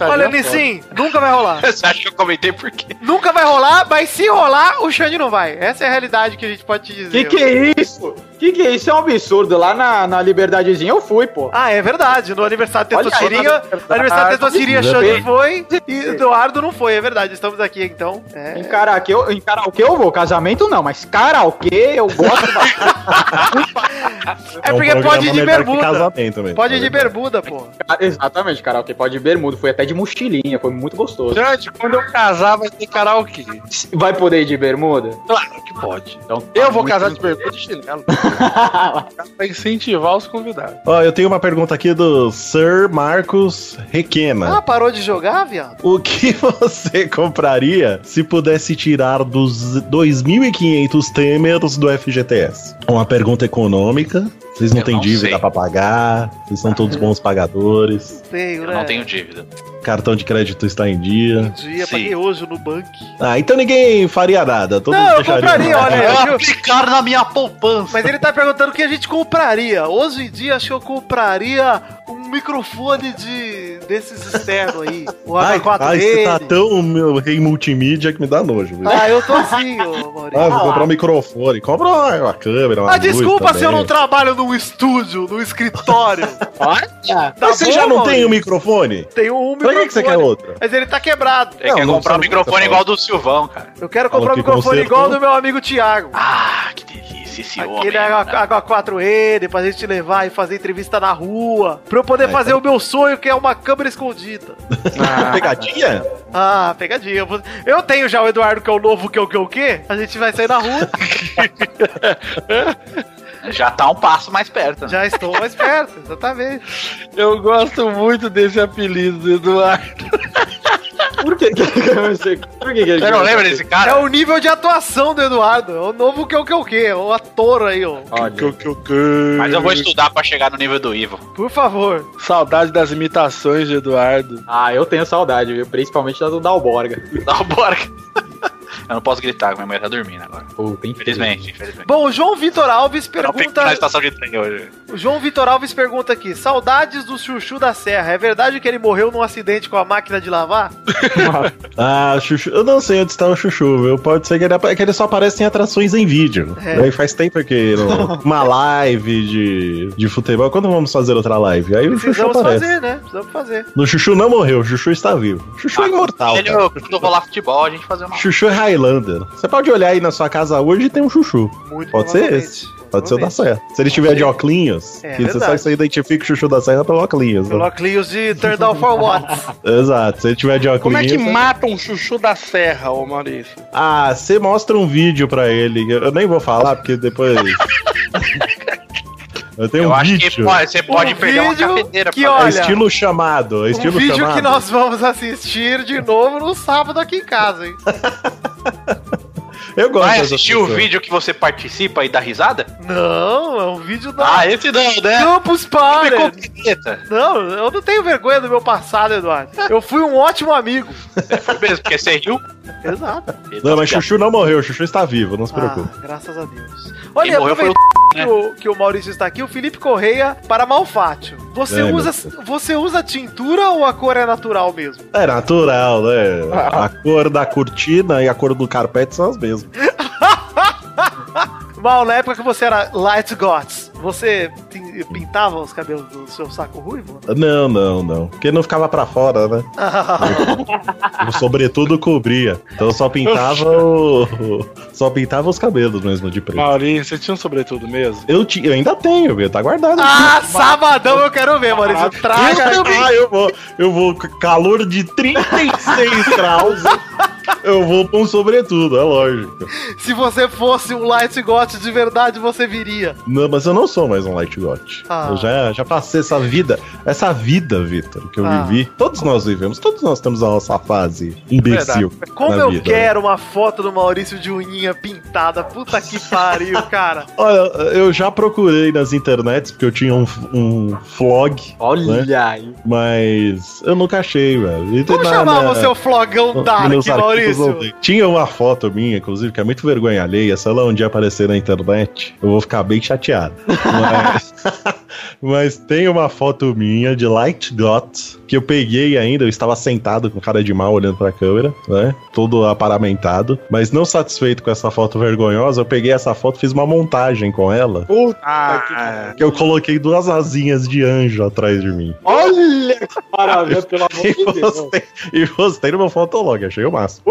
S3: Olha, Nissim, nunca vai rolar.
S4: Você acha que eu comentei por quê?
S3: Nunca vai rolar, mas se rolar, o Xande não vai. Essa é a realidade que a gente pode te
S7: Que
S3: dizer.
S7: que é isso? Que que é isso? É um absurdo. Lá na, na Liberdadezinha eu fui, pô.
S3: Ah, é verdade. No aniversário da
S7: Olha aí,
S3: Testosterinha, aniversário da Testosterinha,
S8: Verdade.
S3: Xande foi e Eduardo não foi, é verdade. Estamos aqui, então.
S7: Em
S3: É.
S7: karaokê, eu, em karaokê eu vou, casamento não, mas karaokê eu gosto bastante.
S3: É
S8: um
S3: porque
S8: programa
S3: pode ir de
S8: melhor que
S3: bermuda.
S8: Casamento mesmo.
S3: Pode ir de bermuda, pô.
S7: Exatamente, karaokê pode ir bermuda, foi até de mochilinha, foi muito gostoso.
S5: Gente, quando eu casar vai ter karaokê.
S7: Vai poder ir de bermuda?
S5: Claro que pode.
S7: Então,
S5: Eu vou casar de bermuda de chinelo. pra incentivar os convidados.
S8: Ó, eu tenho uma pergunta aqui do Sir Marcos Requena.
S3: Ah, parou de jogar, viado?
S8: O que você compraria se pudesse tirar dos 2.500 temers do FGTS? Uma pergunta econômica. Vocês não
S2: Eu
S8: têm
S2: não
S8: dívida
S2: sei. Ah.
S8: pra pagar, vocês são todos bons pagadores,
S3: Tenho,
S2: Eu
S3: né?
S2: não tenho dívida.
S8: cartão de crédito está em
S3: Um
S8: dia.
S3: dia,
S2: Sim.
S3: paguei hoje no banco.
S8: Ah, então ninguém faria nada. Todos
S3: Não, eu
S8: deixariam-
S3: compraria, olha.
S4: Eu aplicaram na minha poupança.
S3: Mas ele tá perguntando o que a gente compraria. Hoje em dia, acho que eu compraria um microfone de desses externos aí. O
S8: Ai,
S3: H4
S8: ai,
S3: dele.
S8: você tá tão meu rei multimídia que me dá nojo. viu?
S3: Ah, eu tô assim, ô Maurício.
S8: Ah, vou comprar um microfone. Compra uma, uma câmera, uma
S3: Ah,
S8: luz
S3: desculpa se eu
S8: também.
S3: não trabalho num estúdio, num escritório.
S7: Olha,
S3: Tá
S8: Mas você
S3: bom,
S8: já não tem
S3: Maurício?
S8: um microfone?
S3: Tenho um
S8: Pra que,
S3: microfone.
S8: que você quer outro?
S3: Mas ele tá quebrado.
S2: Tem
S8: Não,
S2: que
S8: não
S2: comprar um
S8: precisa
S2: microfone
S8: muito,
S2: igual do Silvão, cara.
S3: Eu quero comprar um
S8: que
S3: microfone
S8: consertou.
S3: igual do meu amigo Thiago.
S2: Ah, que delícia esse homem.
S3: Aquele é H, 4 n pra gente levar e fazer entrevista na rua. Pra eu poder
S8: Vai,
S3: fazer o meu sonho, que é uma câmera escondida.
S8: Pegadinha?
S3: Ah, pegadinha. Eu tenho já o Eduardo, que é o novo que é o que é o quê? A gente vai sair na rua.
S4: Já tá um passo mais perto. né?
S3: já estou mais perto, exatamente.
S5: Eu gosto muito desse apelido do Eduardo.
S7: por que que Por que que ele
S4: Você não lembra desse
S3: É
S4: cara?
S3: o nível de atuação do Eduardo. É o novo que é o que é o quê? É o ator aí, ó.
S7: Olha,
S4: Mas eu vou estudar pra chegar no nível do Ivo.
S3: Por favor.
S5: Saudade das imitações de Eduardo.
S7: ah, eu tenho saudade, viu? Principalmente da do Dalborga.
S4: Não, bora. Eu não posso gritar, minha mulher tá dormindo agora.
S7: Puta,
S4: Infelizmente, infelizmente.
S3: Bom, o João Vitor Alves
S4: Ela fica na
S3: pergunta.
S4: estação de trem hoje.
S3: O João Vitor Alves pergunta aqui: saudades do Chuchu da Serra. É verdade que ele morreu num acidente com a máquina de lavar?
S8: Ah, Chuchu. Eu não sei onde está o Chuchu, viu? Pode ser que ele, apa- é que ele só apareça em atrações em vídeo.
S3: É.
S8: Daí faz tempo que não- uma live de, de futebol. Quando vamos fazer outra live? Aí o Chuchu
S3: Precisamos
S8: aparece.
S3: fazer, né? Precisamos fazer.
S8: No Chuchu não morreu, o Chuchu está vivo. Chuchu é imortal.
S4: Ele,
S8: cara.
S4: quando rolar futebol, a gente fazer uma.
S8: Chuchu é Highlander. Você pode olhar aí na sua casa hoje e tem um Chuchu.
S3: Muito
S8: Pode ser
S3: provavelmente.
S8: esse. Pode ser o da Serra. Se ele estiver de óculos,
S3: É
S8: que você
S3: verdade.
S8: só você identifica o Chuchu da Serra pelo óculos. né?
S3: Pelo óculos de Turn Down for What?
S8: Exato. Se ele tiver de óculos.
S5: Como é que mata um chuchu da serra, ô Maurício?
S8: Ah, você mostra um vídeo pra ele. Eu eu nem vou falar, porque depois. eu tenho
S4: Eu
S8: um
S4: acho que
S8: vídeo.
S4: pode, você pode perder uma
S3: Um vídeo
S4: cafeteira
S3: que,
S4: pra
S3: ó,
S8: É
S3: olha,
S8: estilo chamado. É estilo
S3: um vídeo
S8: chamado.
S3: que nós vamos assistir de novo no sábado aqui em casa, hein?
S8: Eu gosto
S4: Vai
S8: dessas
S4: assistir o
S8: pessoas.
S4: vídeo que você participa e dá risada?
S3: Não, é um vídeo da
S4: Ah, esse não, né?
S3: Campus Party.
S4: Ficou vinheta.
S3: Não, eu não tenho vergonha do meu passado, Eduardo. Eu fui um ótimo amigo.
S4: Foi mesmo, porque você riu.
S3: Exato.
S8: Não, mas Chuchu não morreu, Chuchu está vivo, não se
S3: Ah,
S8: preocupe.
S3: graças a Deus.
S4: Quem
S3: Olha,
S4: morreu foi o
S3: aproveit- que o, que o Maurício está aqui, o Felipe Correia para Malfátio. Você,
S8: Ai, meu
S3: usa, você usa tintura ou a cor é natural mesmo?
S8: É natural, né?
S4: Ah.
S8: A cor da cortina e a cor do carpete são as mesmas.
S3: Mal, na época que você era Light Gods, você tin- pintava os cabelos do seu saco ruivo?
S8: Não, não, não. Porque não ficava pra fora, né?
S3: Ah,
S8: O sobretudo cobria. Então só pintava o. Só pintava os cabelos mesmo de
S4: Ah.
S8: preto.
S5: Maurício, você tinha um sobretudo mesmo?
S8: Eu, ti- eu ainda tenho, meu. Tá guardado.
S3: ah, sabadão eu quero ver, Maurício. Traga
S8: eu,
S3: aqui.
S8: ah, eu vou, eu vou com calor de 36 graus. Eu vou pôr um sobretudo, é lógico.
S3: Se você fosse um Light God de verdade, você viria.
S8: Não, mas eu não sou mais um light god.
S3: Ah.
S8: Eu já, já passei essa vida, essa vida, Vitor, que eu
S3: Ah.
S8: vivi. Todos nós vivemos, todos nós temos a nossa fase imbecil.
S3: Como
S8: na
S3: eu
S8: vida, né?
S3: quero uma foto do Maurício de uninha pintada. Puta que pariu, cara.
S8: Olha, eu já procurei nas internets, porque eu tinha um, um flog, né?
S7: Olha aí.
S8: mas eu nunca achei, velho. E
S3: Como
S8: na-
S3: chamava
S8: na-
S3: o seu flogão
S8: nos
S3: Dark,
S8: né? meus arquivos
S3: Maurício?
S8: não tem. Tinha uma foto minha, inclusive, que é muito vergonha alheia. Se ela um dia aparecer na internet, eu vou ficar bem chateado. Mas, mas tem uma foto minha de Light Dot que eu peguei ainda. Eu estava sentado com cara de mal olhando pra câmera, né? Todo aparamentado. Mas não satisfeito com essa foto vergonhosa, eu peguei essa foto fiz uma montagem com ela.
S5: Ah,
S8: Que eu coloquei duas asinhas de anjo atrás de mim.
S7: Olha que maravilha, pelo amor
S8: E
S7: de Deus.
S8: postei, e postei no meu fotolog, achei o máximo.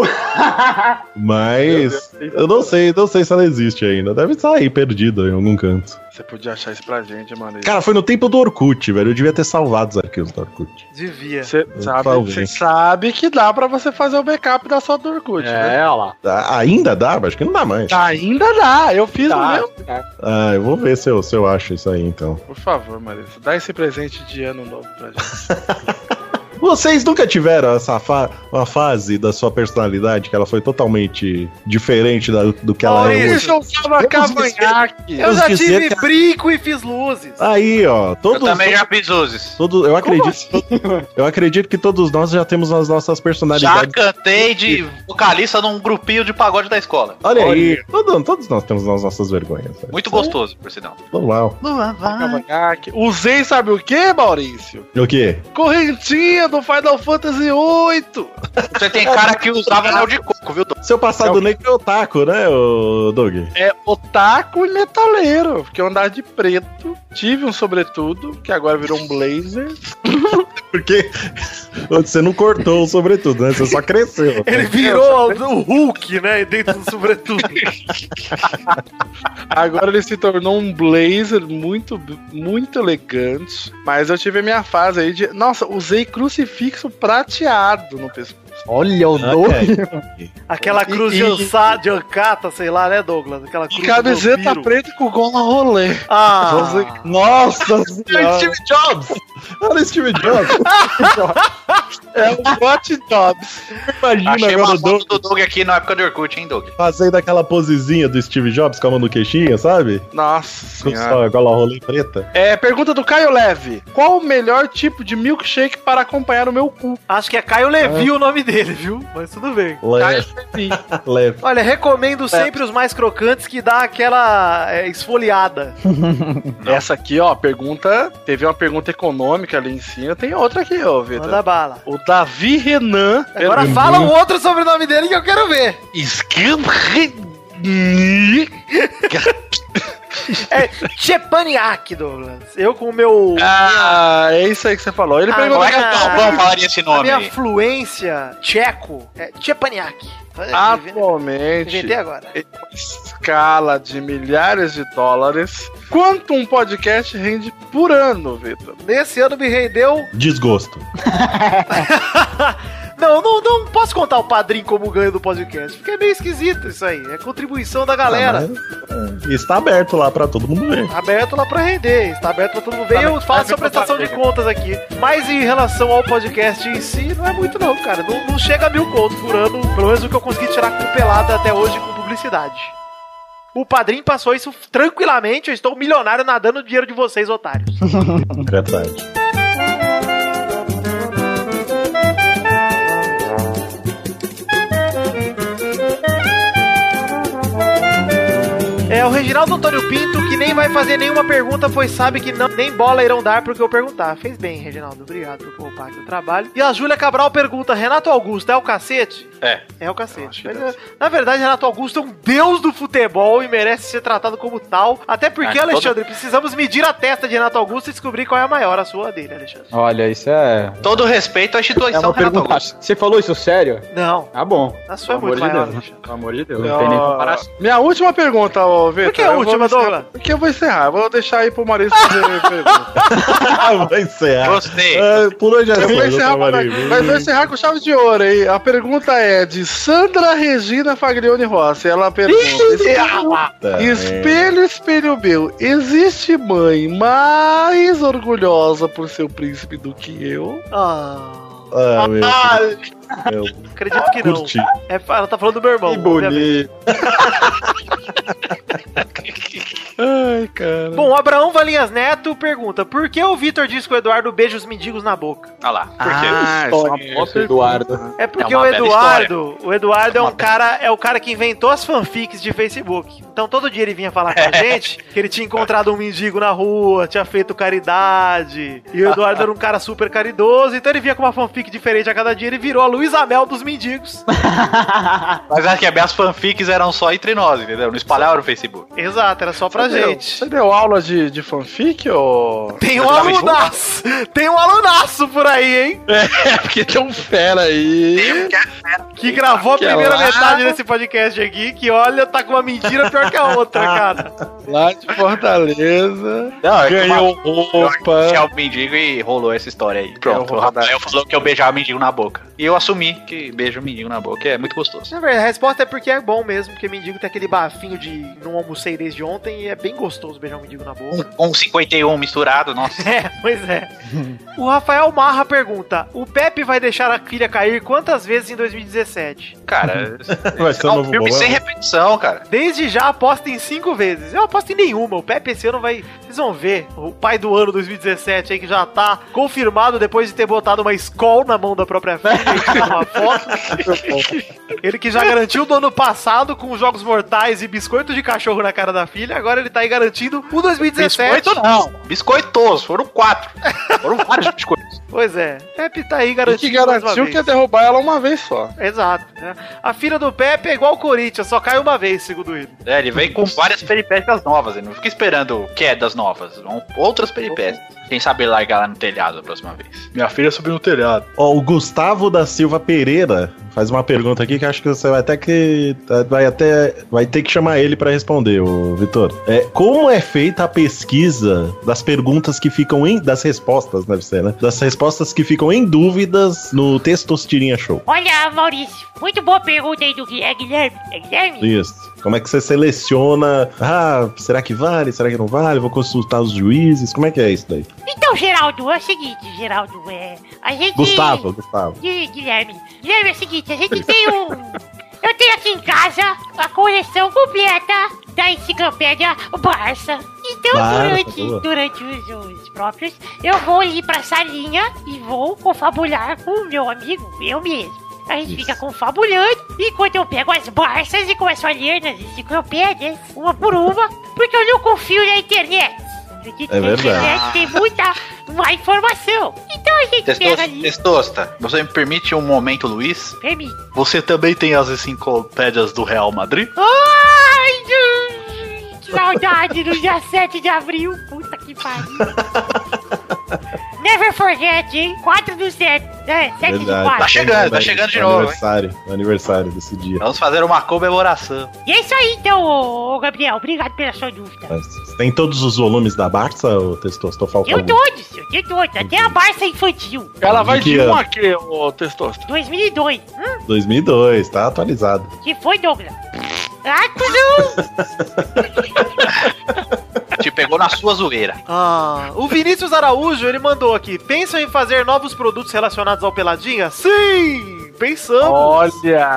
S8: Mas eu não sei, não sei se ela existe ainda. Deve estar aí perdida em algum canto.
S5: você podia achar isso pra gente, Maurício.
S8: Cara, foi no tempo do Orkut, velho. Eu devia ter salvado os arquivos do Orkut.
S3: Devia.
S5: Você sabe,
S8: Talvez.
S5: você sabe que dá pra você fazer o backup da sua do Orkut, né?
S7: É, olha lá.
S8: Ah, Ainda dá, mas acho que não dá mais.
S5: Tá, Ainda dá, eu fiz o
S7: Tá.
S5: meu.
S8: Ah, eu vou ver se eu, se eu acho isso aí então.
S5: Por favor, Maurício, dá esse presente de ano novo pra gente.
S8: Vocês nunca tiveram essa fa uma fase da sua personalidade que ela foi totalmente diferente da- do que ela é hoje?
S5: Maurício, eu usava
S8: Vamos dizer-
S5: cavanhaque.
S3: Eu já
S8: dizer
S3: tive
S8: que
S3: brinco e fiz luzes.
S8: Aí, ó.
S2: Eu
S8: Todos
S2: também já assim, fiz uses.
S8: Todo, eu, acredito, eu acredito que todos nós já temos as nossas
S2: Já
S8: personalidades.
S2: cantei de vocalista num grupinho de pagode da escola.
S8: Olha, aí, todo- todos nós temos as nossas vergonhas. velho.
S2: Muito gostoso, por sinal.
S8: Normal.
S5: Cavanhaque. Usei, sabe o que, Maurício?
S8: O quê?
S5: Correntinha do Final Fantasy VIII.
S2: Você tem cara que usava anel de coco, viu, Dom?
S3: então,
S8: Seu passado negro é otaku, né, ô Doug?
S5: É otaku e metaleiro, porque eu andava de preto, tive um sobretudo, que agora virou um blazer.
S8: Porque você não cortou o sobretudo, né? Você só cresceu.
S3: Ele virou o Hulk, né? Dentro do sobretudo.
S5: Agora ele se tornou um blazer muito, muito elegante. Mas eu tive a minha fase aí de. Nossa, usei crucifixo prateado no pescoço.
S7: Olha o
S8: Ah,
S7: doce.
S8: é.
S3: Aquela cruz
S5: E-
S3: de
S5: e-
S3: ansá, de ancata, sei lá, né, Douglas? Aquela cruz do
S5: E camiseta
S3: vampiro.
S5: preta com gola rolê.
S3: Ah,
S8: Nossa senhora!
S5: Jobs!
S8: Olha o Steve Jobs!
S5: É o Hot Jobs.
S8: Imagina
S2: Achei
S8: agora
S2: uma
S8: o Doug
S2: foto do Doug aqui na época do Orkut, hein, Doug?
S8: fazendo aquela posezinha do Steve Jobs com a mão no queixinho, sabe?
S5: Nossa
S8: Com
S5: senhora.
S2: é.
S8: só igual a rolê preta.
S5: É, pergunta do Caio Leve. Qual o melhor tipo de milkshake para acompanhar o meu cu?
S3: acho que é Caio Levi o nome dele, viu? Mas tudo bem.
S4: Tá,
S8: Leve,
S4: então,
S5: Levi.
S8: leve.
S3: Olha,
S8: É.
S3: recomendo sempre os mais crocantes que dá aquela é, esfoliada.
S5: Essa aqui, ó, pergunta. Teve uma pergunta econômica ali em cima. Tem outra aqui, ó, Vitor.
S3: Manda bala.
S5: O Davi Renan.
S3: Agora
S1: Uhum.
S3: fala o outro sobrenome dele que eu quero ver. É Chepaniak, Douglas. Eu com o meu.
S5: Ah, é isso aí que você falou. Ele
S3: Ah,
S5: perguntou.
S2: Como é que o
S3: Ah.
S2: Galvão falaria esse
S3: a
S2: nome
S3: minha
S2: aí?
S3: fluência tcheco é Chepaniak.
S5: Ah,
S3: Inventei
S5: Atualmente,
S3: agora.
S5: escala de milhares de dólares. Quanto um podcast rende por ano, Vitor?
S3: Nesse ano me rendeu
S8: Desgosto.
S3: Não, não, não posso contar o padrinho como ganho do podcast, porque é meio esquisito isso aí. É contribuição da galera.
S8: Ah, é, Está aberto lá pra todo mundo ver.
S3: Tá Aberto lá pra render, está aberto pra todo mundo ver.
S5: Tá,
S3: Eu
S5: mas
S3: faço a
S5: vai
S3: prestação de
S5: ficar
S3: contas aqui. Mas em relação ao podcast em si, não é muito não, cara. Não, não chega a mil contos por ano, pelo menos o que eu consegui tirar com pelada até hoje com publicidade. O padrinho passou isso tranquilamente, eu estou milionário nadando o dinheiro de vocês, otários.
S8: Verdade.
S3: É o Reginaldo Antônio Pinto, que nem vai fazer nenhuma pergunta, pois sabe que não, nem bola irão dar porque eu perguntar. Fez bem, Reginaldo. Obrigado por poupar aqui o trabalho. E a Júlia Cabral pergunta: Renato Augusto é o cacete?
S4: É.
S3: É o cacete. Mas, é, na verdade, Renato Augusto é um deus do futebol e merece ser tratado como tal. Até porque,
S7: então
S4: Ah, todo-
S3: Alexandre, precisamos medir a testa de Renato Augusto e descobrir qual é a maior, a sua ou a dele, Alexandre.
S7: Olha, isso é.
S4: Todo respeito à
S7: É
S4: instituição
S7: uma
S4: Renato
S7: pergunta.
S4: Augusto.
S7: Você falou isso sério?
S3: Não,
S7: Tá bom.
S3: a sua é
S7: Pelo amor
S3: muito
S7: de
S3: maior,
S7: Deus. né?
S3: Alexandre.
S7: Pelo amor de Deus, não tem nem
S5: Ó,
S7: comparação.
S5: Minha última pergunta, ô Vitor.
S3: Por que a
S5: eu vou
S3: última,
S5: encerrar-
S3: Douglas?
S5: Porque eu vou encerrar. Eu vou deixar aí pro Maurício fazer a pergunta.
S8: Ah, vai encerrar.
S4: Gostei.
S8: Ah, por hoje é
S5: Eu vou encerrar,
S8: só,
S5: mas, mas vou encerrar com chave de ouro aí. A pergunta é de Sandra Regina Faglione Rossi. Ela pergunta: Espelho, espelho meu, existe mãe mais orgulhosa por seu príncipe do que eu?
S3: Ah,
S8: Ah, meu
S3: Ah,
S8: Deus.
S3: acredito que
S8: Eu
S3: não.
S8: curti.
S3: É, ela tá falando do meu irmão.
S7: Que bonito.
S5: Ai, cara.
S3: Bom, o Abraão Valinhas Neto pergunta: Por que o Vitor diz que o Eduardo beija os mendigos na boca?
S4: Olha lá. Por quê?
S5: ah, isso é uma boa
S7: Nossa,
S5: pergunta.
S7: Eduardo.
S3: É porque
S4: É
S3: o
S4: uma bela
S3: Eduardo, o Eduardo é
S4: É uma
S3: um cara, é o cara que inventou as fanfics de Facebook. Então todo dia ele vinha falar com a gente que ele tinha encontrado um mendigo na rua, tinha feito caridade. E o Eduardo era um cara super caridoso, então ele vinha com uma fanfic diferente a cada dia, ele virou a Luísa Mel dos mendigos.
S4: Mas acho que as minhas fanfics eram só entre nós, entendeu? Não espalharam no Facebook.
S3: Exato, era só pra
S5: Você deu-
S3: gente.
S5: Você deu aula de, de fanfic ou.
S3: Tem um alunaço, tem um alunaço por aí, hein?
S5: É porque tem um fera aí.
S3: Que gravou a
S5: Que é
S3: primeira
S5: lá.
S3: metade desse podcast aqui, que olha, tá com uma mentira pior que a outra, cara.
S5: Lá de Fortaleza.
S3: é
S4: Não,
S5: Ganhou
S4: Tinha
S5: roupa.
S4: o mendigo e rolou essa história aí. Pronto,
S5: vou
S4: o
S5: rodar.
S4: Rafael falou que eu beijava o mendigo na boca. E eu assumi que beijo o mendigo na boca, é muito gostoso.
S3: Na verdade, a resposta é porque é bom mesmo, porque mendigo tem aquele bafinho de não almocei desde ontem e é bem gostoso beijar um mendigo na boca.
S4: Um, um 51 misturado, nossa.
S3: É, pois é. O Rafael Marra pergunta: O Pepe vai deixar a filha cair quantas vezes em 2017?
S4: Cara,
S8: Vai ser um
S4: é um
S8: novo
S4: filme
S8: bolão.
S4: sem repetição, cara.
S3: Desde já aposta em cinco vezes. Eu aposto em nenhuma. O Pepe esse ano vai. Vocês vão ver. O pai do ano 2017 aí que já tá confirmado depois de ter botado uma escola na mão da própria filha e tirado uma foto. Ele que já garantiu do ano passado com jogos mortais e biscoito de cachorro na cara da filha. Agora ele tá aí garantindo o 2017.
S4: Biscoito não, biscoitoso, foram quatro. Foram vários biscoitos.
S3: Pois é. Pepe tá aí
S5: E
S3: garantindo.
S5: que
S3: mais uma
S5: garantiu
S3: vez.
S5: que ia derrubar ela uma vez só.
S3: Exato. né? A filha do Pepe é igual o Corinthians, só cai uma vez, segundo ele.
S4: É, ele vem com várias peripécias novas, ele não fica esperando quedas novas, vão outras peripécias. Quem sabe ele largar lá no telhado a próxima vez.
S5: Minha filha subiu no telhado.
S8: Ó, o Gustavo da Silva Pereira faz uma pergunta aqui que eu acho que você vai até que vai até vai ter que chamar ele pra responder, o Vitor. É, como é feita a pesquisa das perguntas que ficam em das respostas, deve ser, né? Das respostas que ficam em dúvidas no texto Tirinha Show.
S10: Olha, Maurício, muito boa pergunta aí do Gui- é Guilherme. É Guilherme?
S8: Isso. Como é que você seleciona? Ah, será que vale? Será que não vale? Vou consultar os juízes. Como é que é isso daí?
S10: Então, Geraldo, é o seguinte, Geraldo, é. A gente.
S8: Gustavo, Gustavo.
S10: Gui- Guilherme. Guilherme, é o seguinte, a gente tem um. Eu tenho aqui em casa a coleção completa da enciclopédia Barça. Então,
S8: Barça,
S10: durante,
S8: boa.
S10: durante os, os próprios, eu vou ir pra salinha e vou confabular com o meu amigo, eu mesmo. A gente
S8: Isso.
S10: fica confabulando enquanto eu pego as barças e começo a ler nas enciclopédias, uma por uma, porque eu não confio na internet. Acredito que
S8: É verdade.
S10: A internet tem muita má informação. Então a gente
S4: Testos-
S10: pega ali.
S4: Testosta, você me permite um momento, Luiz?
S10: Permite.
S4: Você também tem as enciclopédias do Real Madrid?
S10: Ai, que- que saudade do dia 7 de abril. Puta que pariu. Never forget, hein? 4 do 7. É, 7
S8: Verdade.
S10: de 4.
S4: Tá chegando, tá
S8: Verdade.
S4: chegando de
S8: É
S4: novo, hein?
S8: Aniversário, aniversário desse dia.
S4: Vamos fazer uma comemoração.
S10: E é isso aí, então, ô, ô, Gabriel. Obrigado pela sua
S7: Tá
S10: dúvida.
S8: Mas Você tem todos os volumes da Barça, ou Testoso? Tô
S10: Eu
S8: faltando.
S10: todos, eu tenho todos. Até a Barça Infantil.
S5: Ela vai
S8: Que
S5: de
S8: ano?
S5: um aqui, ô Testosta.
S10: 2002. Hum,
S8: 2002, tá atualizado.
S10: que foi, Douglas? Ah, tu não!
S4: Te pegou na sua zoeira.
S3: Ah, o Vinícius Araújo, ele mandou aqui. Pensam em fazer novos produtos relacionados ao Peladinha? Sim! pensando.
S5: Olha,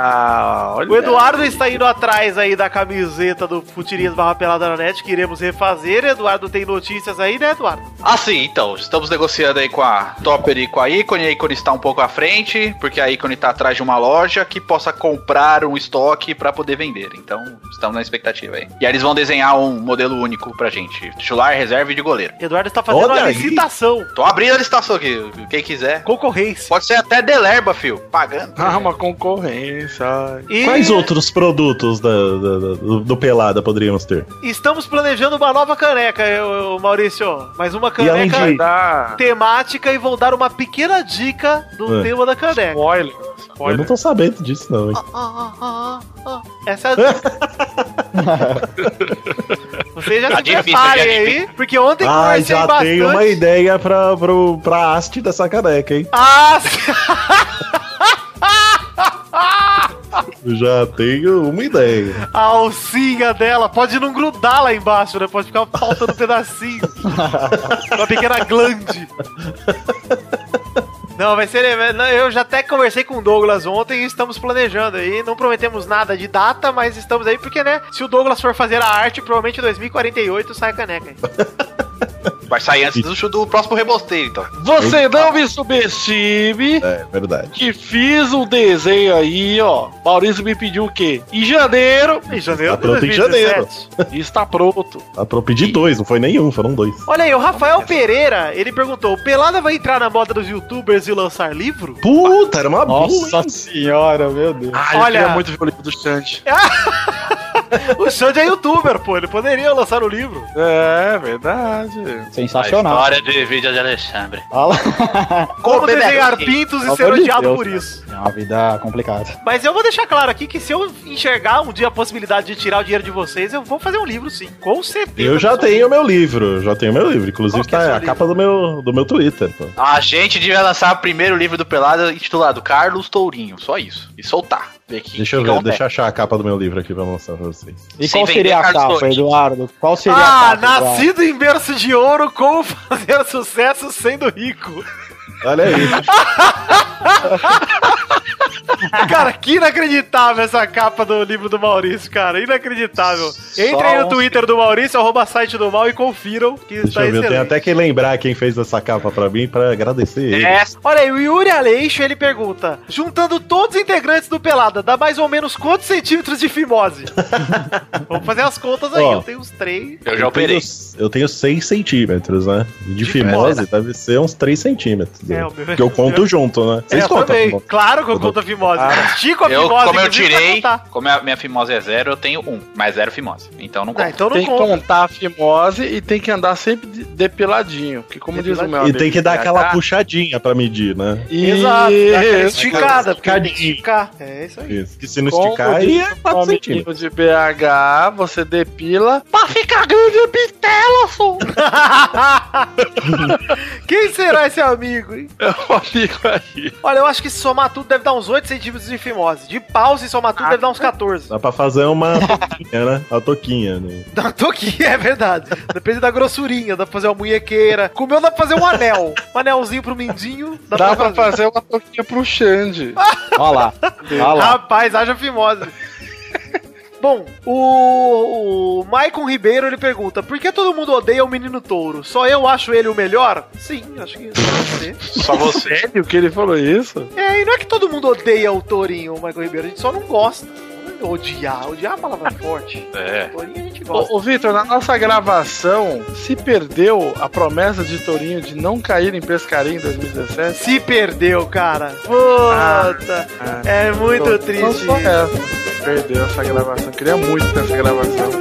S5: olha.
S3: O Eduardo está indo atrás aí da camiseta do Futirias barra pelada na net, que iremos refazer. Eduardo tem notícias aí, né, Eduardo?
S4: Ah, sim, então. Estamos negociando aí com a Topper e com a Icone. A Icone está um pouco à frente, porque a Icone está atrás de uma loja que possa comprar um estoque para poder vender. Então, estamos na expectativa aí. E aí eles vão desenhar um modelo único pra gente. Titular, reserva e de goleiro.
S3: Eduardo está fazendo
S8: Olha
S3: uma
S8: aí.
S3: licitação.
S4: Tô abrindo a licitação aqui, quem quiser.
S3: Concorrência.
S4: Pode ser até Delerba, fio. Pagando.
S5: Ah, uma concorrência. ai.
S3: E
S8: Quais outros produtos da- da- da- do, do Pelada poderíamos ter?
S3: estamos planejando uma nova caneca, eu- eu- Maurício. Mas uma
S8: E além
S3: caneca
S8: de-
S5: Dá
S3: temática e vão dar uma pequena dica do
S8: É.
S3: tema da caneca.
S5: spoiler.
S8: Eu não
S5: spoiler.
S8: tô sabendo disso, não, hein?
S3: Ah, ah, ah, ah. Essa é a dica. Vocês já
S2: Tá
S3: se
S2: difícil,
S3: preparem
S2: já é
S3: aí, porque ontem
S8: Ah,
S3: conversei
S8: já
S3: bastante.
S8: tenho uma ideia pra, pro, pra haste dessa caneca, hein?
S3: Ah, sim.
S8: Eu já tenho uma ideia.
S3: a alcinha dela pode não grudar lá embaixo, né? Pode ficar faltando um pedacinho. uma pequena glande. Não, vai ser. não, Eu já até conversei com o Douglas ontem e estamos planejando aí. Não prometemos nada de data, mas estamos aí porque, né? Se o Douglas for fazer a arte, provavelmente em 2048 sai a caneca. aí.
S4: Vai sair antes do, do próximo rebosteio, então.
S5: Você não me subestime.
S8: É, verdade.
S5: Que fiz um desenho aí, ó. Maurício me pediu o quê? Em janeiro.
S3: Em janeiro
S8: Tá pronto em janeiro.
S5: Está pronto.
S8: Ah, pra eu pedir dois, não foi nenhum, foram dois.
S3: Olha aí, o Rafael Pereira, ele perguntou: o Pelada vai entrar na moda dos youtubers e lançar livro?
S8: Puta, era uma boa, hein?
S7: Nossa senhora, meu Deus.
S5: Ah, eu
S3: Olha.
S5: queria muito ver o livro do Xande.
S3: O Xande é youtuber, pô, ele poderia lançar o livro.
S5: É, verdade.
S7: Sensacional.
S2: de vídeo de Alexandre.
S7: Fala.
S3: Como,
S8: é?
S4: Ô, Bebeto,
S3: desenhar
S4: sim.
S3: pintos e
S7: Pelo
S3: ser
S7: amor de
S3: odiado
S7: Deus,
S3: por
S7: cara.
S3: isso.
S7: É uma vida complicada.
S3: Mas eu vou deixar claro aqui que se eu enxergar um dia a possibilidade de tirar o dinheiro de vocês, eu vou fazer um livro sim, com certeza.
S8: Eu já
S3: pessoal.
S8: tenho meu livro, já tenho meu livro. Inclusive
S3: Qual que é
S8: tá
S3: seu
S8: a
S3: livro?
S8: capa do meu, do meu Twitter. pô.
S4: A gente devia lançar o primeiro livro do Pelada intitulado Carlos Tourinho. Só isso. E soltar. Ver que,
S8: Deixa eu
S4: que
S8: ver,
S3: é?
S4: acontece.
S8: deixa eu achar a capa do meu livro aqui pra mostrar pra vocês.
S7: E
S4: Se
S7: qual
S4: vender,
S7: seria a
S4: Carlos
S7: capa,
S4: Torres.
S7: Eduardo? Qual seria
S3: Ah,
S7: a capa? Eduardo?
S3: nascido em berço de ouro, como fazer sucesso sendo rico.
S8: Olha aí.
S3: Cara, que inacreditável essa capa do livro do Maurício, cara. Inacreditável. Entrem no Twitter do Maurício, arroba site do mal e confiram que está
S8: um Deixa eu ver, eu tenho
S3: Tá excelente.
S8: até que lembrar quem fez essa capa pra mim pra agradecer ele.
S4: Essa
S3: Olha aí, o Yuri Aleixo, ele pergunta, juntando todos os integrantes do Pelada, dá mais ou menos quantos centímetros de fimose? Vamos fazer as contas aí,
S8: Ó.
S3: eu tenho uns três.
S4: eu já
S8: tenho,
S4: operei.
S8: eu tenho 6 centímetros, né? De, fimose deve ser uns 3 centímetros.
S3: É,
S8: né?
S3: o meu-
S8: Porque eu conto junto, né? Ah.
S3: É,
S8: Vocês
S3: eu
S8: contam.
S3: também.
S8: bom.
S3: Claro que eu
S8: Eu
S3: conto a fimose. Chico Tipo a
S4: Eu,
S3: fimose,
S4: como eu
S3: inclusive, pra
S4: tirei,
S3: contar.
S4: como a minha fimose é zero, eu tenho um, mas zero fimose. Então não
S3: Ah,
S4: conta.
S3: então não
S5: Tem que
S3: conta.
S5: contar a fimose e tem que andar sempre de- depiladinho. Porque, como diz o meu
S8: E
S5: amigo, tá.
S8: tem que dar aquela
S5: PH,
S8: puxadinha pra medir, né?
S3: Exato, dá aquela
S5: Isso.
S3: esticada, porque tem que
S8: Esticadinha.
S3: esticar. É isso aí.
S8: Isso. Que se não
S5: Como
S8: esticar, aí
S5: diz
S8: é
S5: o
S8: 4
S5: amiguinho
S8: centímetros.
S5: de BH, você depila pra ficar grande a bitela, sou.
S3: Quem será esse amigo, hein?
S5: É um amigo aí.
S3: Olha, eu acho que se somar tudo deve dar uns 8 centímetros de fimose. De pau, se somar tudo, deve dar uns 14.
S8: Dá pra fazer uma toquinha, né? A toquinha. Né?
S3: Da toquinha, é verdade. Depende da grossurinha, dá pra fazer uma munhequeira. Com o meu dá pra fazer um anel. Um anelzinho pro mindinho, dá,
S5: Dá
S3: pra
S5: pra
S3: fazer.
S5: fazer uma toquinha pro Xande.
S7: Olha lá. Olha lá.
S3: Rapaz, haja fimose. Bom, o, o Maicon Ribeiro ele pergunta: por que todo mundo odeia o menino touro? Só eu acho ele o melhor? Sim, acho que só você.
S4: Só você.
S5: Sério que ele falou isso?
S3: É, e não é que todo mundo odeia o tourinho, o Maicon Ribeiro, a gente só não gosta. Odiar, odiar é uma palavra forte.
S4: É.
S3: Tourinho a gente gosta.
S5: Ô, ô Vitor, na nossa gravação, se perdeu a promessa de Torinho de não cair em pescaria em 2017?
S3: Se perdeu, cara. Puta.
S5: Ah,
S3: é muito
S5: Então,
S3: triste.
S5: não só essa. Perdeu essa gravação. Queria muito ter essa gravação.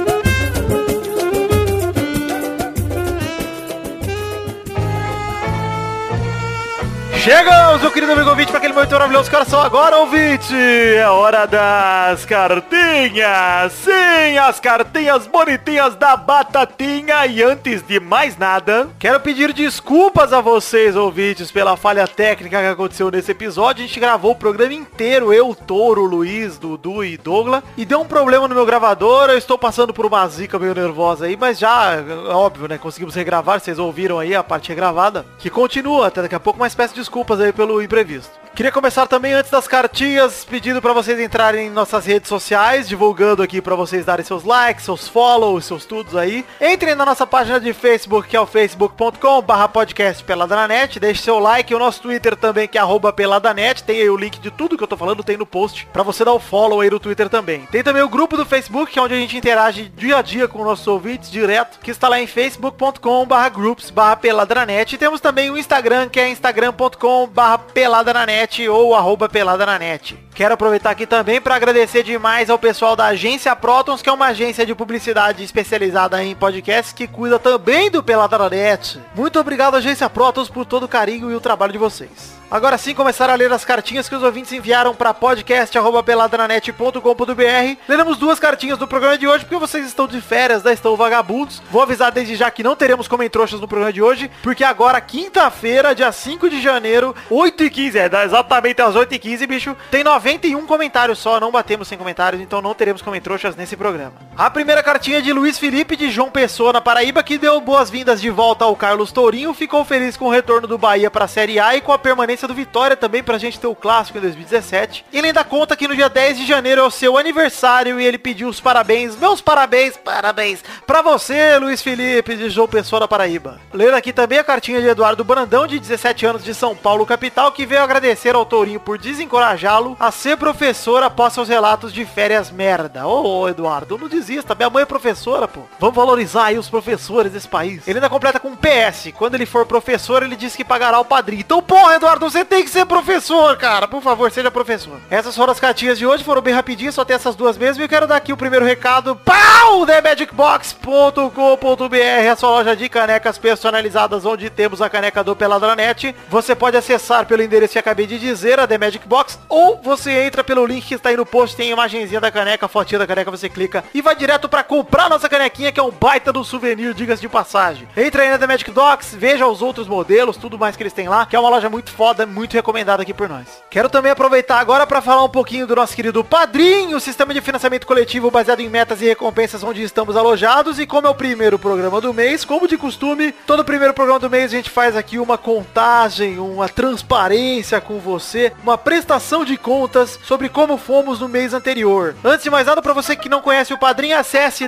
S3: Chegamos, meu querido amigo ouvinte, para aquele momento maravilhoso que horas são agora, ouvinte! É hora das cartinhas! Sim, as cartinhas bonitinhas da Batatinha! E antes de mais nada, quero pedir desculpas a vocês, ouvintes, pela falha técnica que aconteceu nesse episódio. A gente gravou o programa inteiro, eu, Touro, Luiz, Dudu e Douglas, e deu um problema no meu gravador, eu estou passando por uma zica meio nervosa aí, mas já, é óbvio, né, conseguimos regravar, vocês ouviram aí a parte regravada, que continua até daqui a pouco, mas peço desculpas aí pelo imprevisto. Queria começar também antes das cartinhas, pedindo pra vocês entrarem em nossas redes sociais, divulgando aqui pra vocês darem seus likes, seus follows, seus tudos aí. Entrem na nossa página de Facebook, que é o facebook.com barra podcast Peladanet, deixe seu like, o nosso Twitter também, que é arroba Peladanet, tem aí o link de tudo que eu tô falando, tem no post, pra você dar o follow aí no Twitter também. Tem também o grupo do Facebook, que é onde a gente interage dia a dia com nossos ouvintes direto, que está lá em facebook.com barra groups barra Peladranet. E temos também o Instagram, que é instagram.com barra Peladananet ou arroba Peladananet. Quero aproveitar aqui também para agradecer demais ao pessoal da agência Protons, que é uma agência de publicidade especializada em podcasts que cuida também do Peladananet. Muito obrigado, agência Protons, por todo o carinho e o trabalho de vocês. Agora sim, começar a ler as cartinhas que os ouvintes enviaram para podcast@peladranet.com.br. Leremos duas cartinhas do programa de hoje porque vocês estão de férias, né? Estão vagabundos. Vou avisar desde já que não teremos comentroxas no programa de hoje, porque agora quinta-feira, dia 5 de janeiro, 8h15, é, dá exatamente às 8h15, bicho, tem 91 comentários só, não batemos sem comentários, então não teremos comentroxas nesse programa. A primeira cartinha é de Luiz Felipe de João Pessoa, na Paraíba, que deu boas-vindas de volta ao Carlos Tourinho, ficou feliz com o retorno do Bahia para a Série A e com a permanência do Vitória também pra gente ter o clássico em 2017. Ele ainda conta que no dia 10 de janeiro é o seu aniversário e ele pediu os parabéns, meus parabéns, parabéns, pra você, Luiz Felipe de João Pessoa da Paraíba. Lendo aqui também a cartinha de Eduardo Brandão, de 17 anos, de São Paulo, capital, que veio agradecer ao Tourinho por desencorajá-lo a ser professor após seus relatos de férias merda. Ô, ô, Eduardo, não desista, minha mãe é professora, pô. Vamos valorizar aí os professores desse país. Ele ainda completa com um PS, quando ele for professor, ele diz que pagará o padrinho. Então, porra, Eduardo, você tem que ser professor, cara. Por favor, seja professor. Essas foram as cartinhas de hoje, foram bem rapidinhas, só tem essas duas mesmo. E eu quero dar aqui o primeiro recado. Pau! TheMagicBox.com.br é a sua loja de canecas personalizadas, onde temos a caneca do Peladranet. Você pode acessar pelo endereço que acabei de dizer, a The Magic Box, ou você entra pelo link que está aí no post, tem a imagenzinha da caneca, a fotinha da caneca, você clica e vai direto para comprar nossa canequinha, que é um baita do souvenir, diga-se de passagem. Entra aí na The Magic Box, veja os outros modelos, tudo mais que eles têm lá, que é uma loja muito foda, muito recomendada aqui por nós. Quero também aproveitar agora para falar um pouquinho do nosso querido Padrinho, o sistema de financiamento coletivo baseado em metas e recompensas onde estamos alojados. E como é o primeiro programa do mês, como de costume, todo primeiro programa do mês a gente faz aqui uma contagem, uma transparência com você, uma prestação de contas sobre como fomos no mês anterior. Antes de mais nada, para você que não conhece o Padrinho, acesse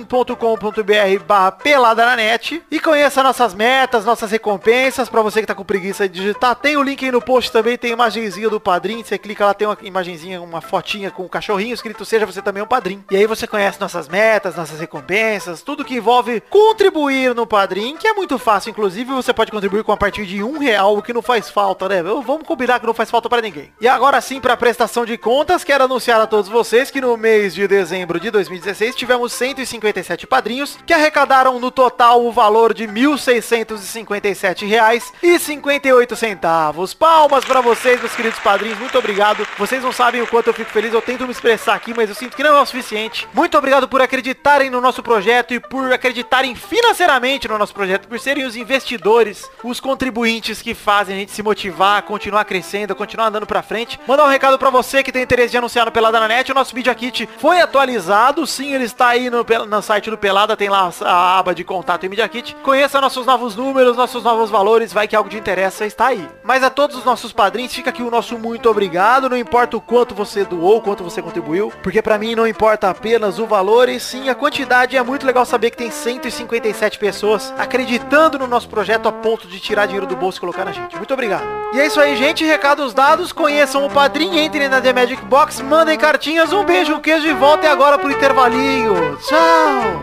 S3: www.padrim.com.br barra pelada na net e conheça nossas metas, nossas recompensas, para você que tá com preguiça de digitar, tem o link aí no post também, tem a imagenzinha do padrinho. Você clica lá, tem uma imagenzinha, uma fotinha com o cachorrinho escrito Seja Você Também um Padrinho. E aí você conhece nossas metas, nossas recompensas, tudo que envolve contribuir no padrinho, que é muito fácil, inclusive você pode contribuir com a partir de um real, o que não faz falta, né? Eu- Vamos combinar que não faz falta pra ninguém. E agora sim, pra prestação de contas, quero anunciar a todos vocês que no mês de dezembro de 2016 tivemos 157 padrinhos que arrecadaram no total o valor de R$ 1.657 reais e 58 centavos. Palmas pra vocês, meus queridos padrinhos. Muito obrigado. Vocês não sabem o quanto eu fico feliz. Eu tento me expressar aqui, mas eu sinto que não é o suficiente. Muito obrigado por acreditarem no nosso projeto e por acreditarem financeiramente no nosso projeto, por serem os investidores, os contribuintes que fazem a gente se motivar, continuar crescendo, continuar andando pra frente. Mandar um recado pra você que tem interesse de anunciar no Pelada na Net. O nosso Media Kit foi atualizado. Sim, ele está aí no, Pel- no site do Pelada. Tem lá a aba de contato e Media Kit. Conheça nossos novos números, nossos novos valores. Vai que é algo te interessa, está Tá aí. Mas a todos os nossos padrinhos, fica aqui o nosso muito obrigado. Não importa o quanto você doou, o quanto você contribuiu. Porque pra mim não importa apenas o valor e sim a quantidade. É muito legal saber que tem 157 pessoas acreditando no nosso projeto a ponto de tirar dinheiro do bolso e colocar na gente. Muito obrigado. E é isso aí, gente. Recados dados. Conheçam o padrinho, entrem na The Magic Box, mandem cartinhas. Um beijo, um queijo e voltem agora pro intervalinho. Tchau!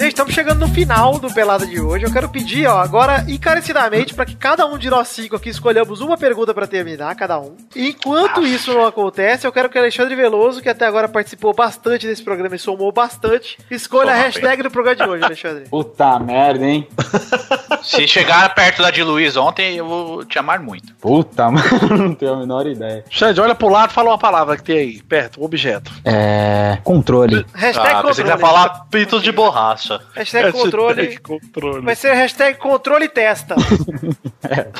S3: Gente, estamos chegando no final do Pelada de hoje. Eu quero pedir, ó, agora encarecidamente para que cada um de nós cinco aqui escolhamos uma pergunta para terminar, cada um. E Enquanto isso não acontece, eu quero que Alexandre Veloso, que até agora participou bastante desse programa e somou bastante, escolha a
S4: Toma,
S3: hashtag do programa de hoje, Alexandre.
S7: Puta merda, hein?
S4: É. Se chegar perto da de Luiz ontem, eu vou te amar muito.
S7: Puta, mano, não tenho a menor ideia.
S5: Xande, olha pro lado e fala uma palavra que tem aí, perto, um objeto.
S9: É. Controle.
S3: Hashtag
S4: Ah, você quer
S3: é controle.
S4: falar pitos de borracha.
S3: Hashtag controle.
S5: Controle.
S3: Vai ser hashtag controle testa.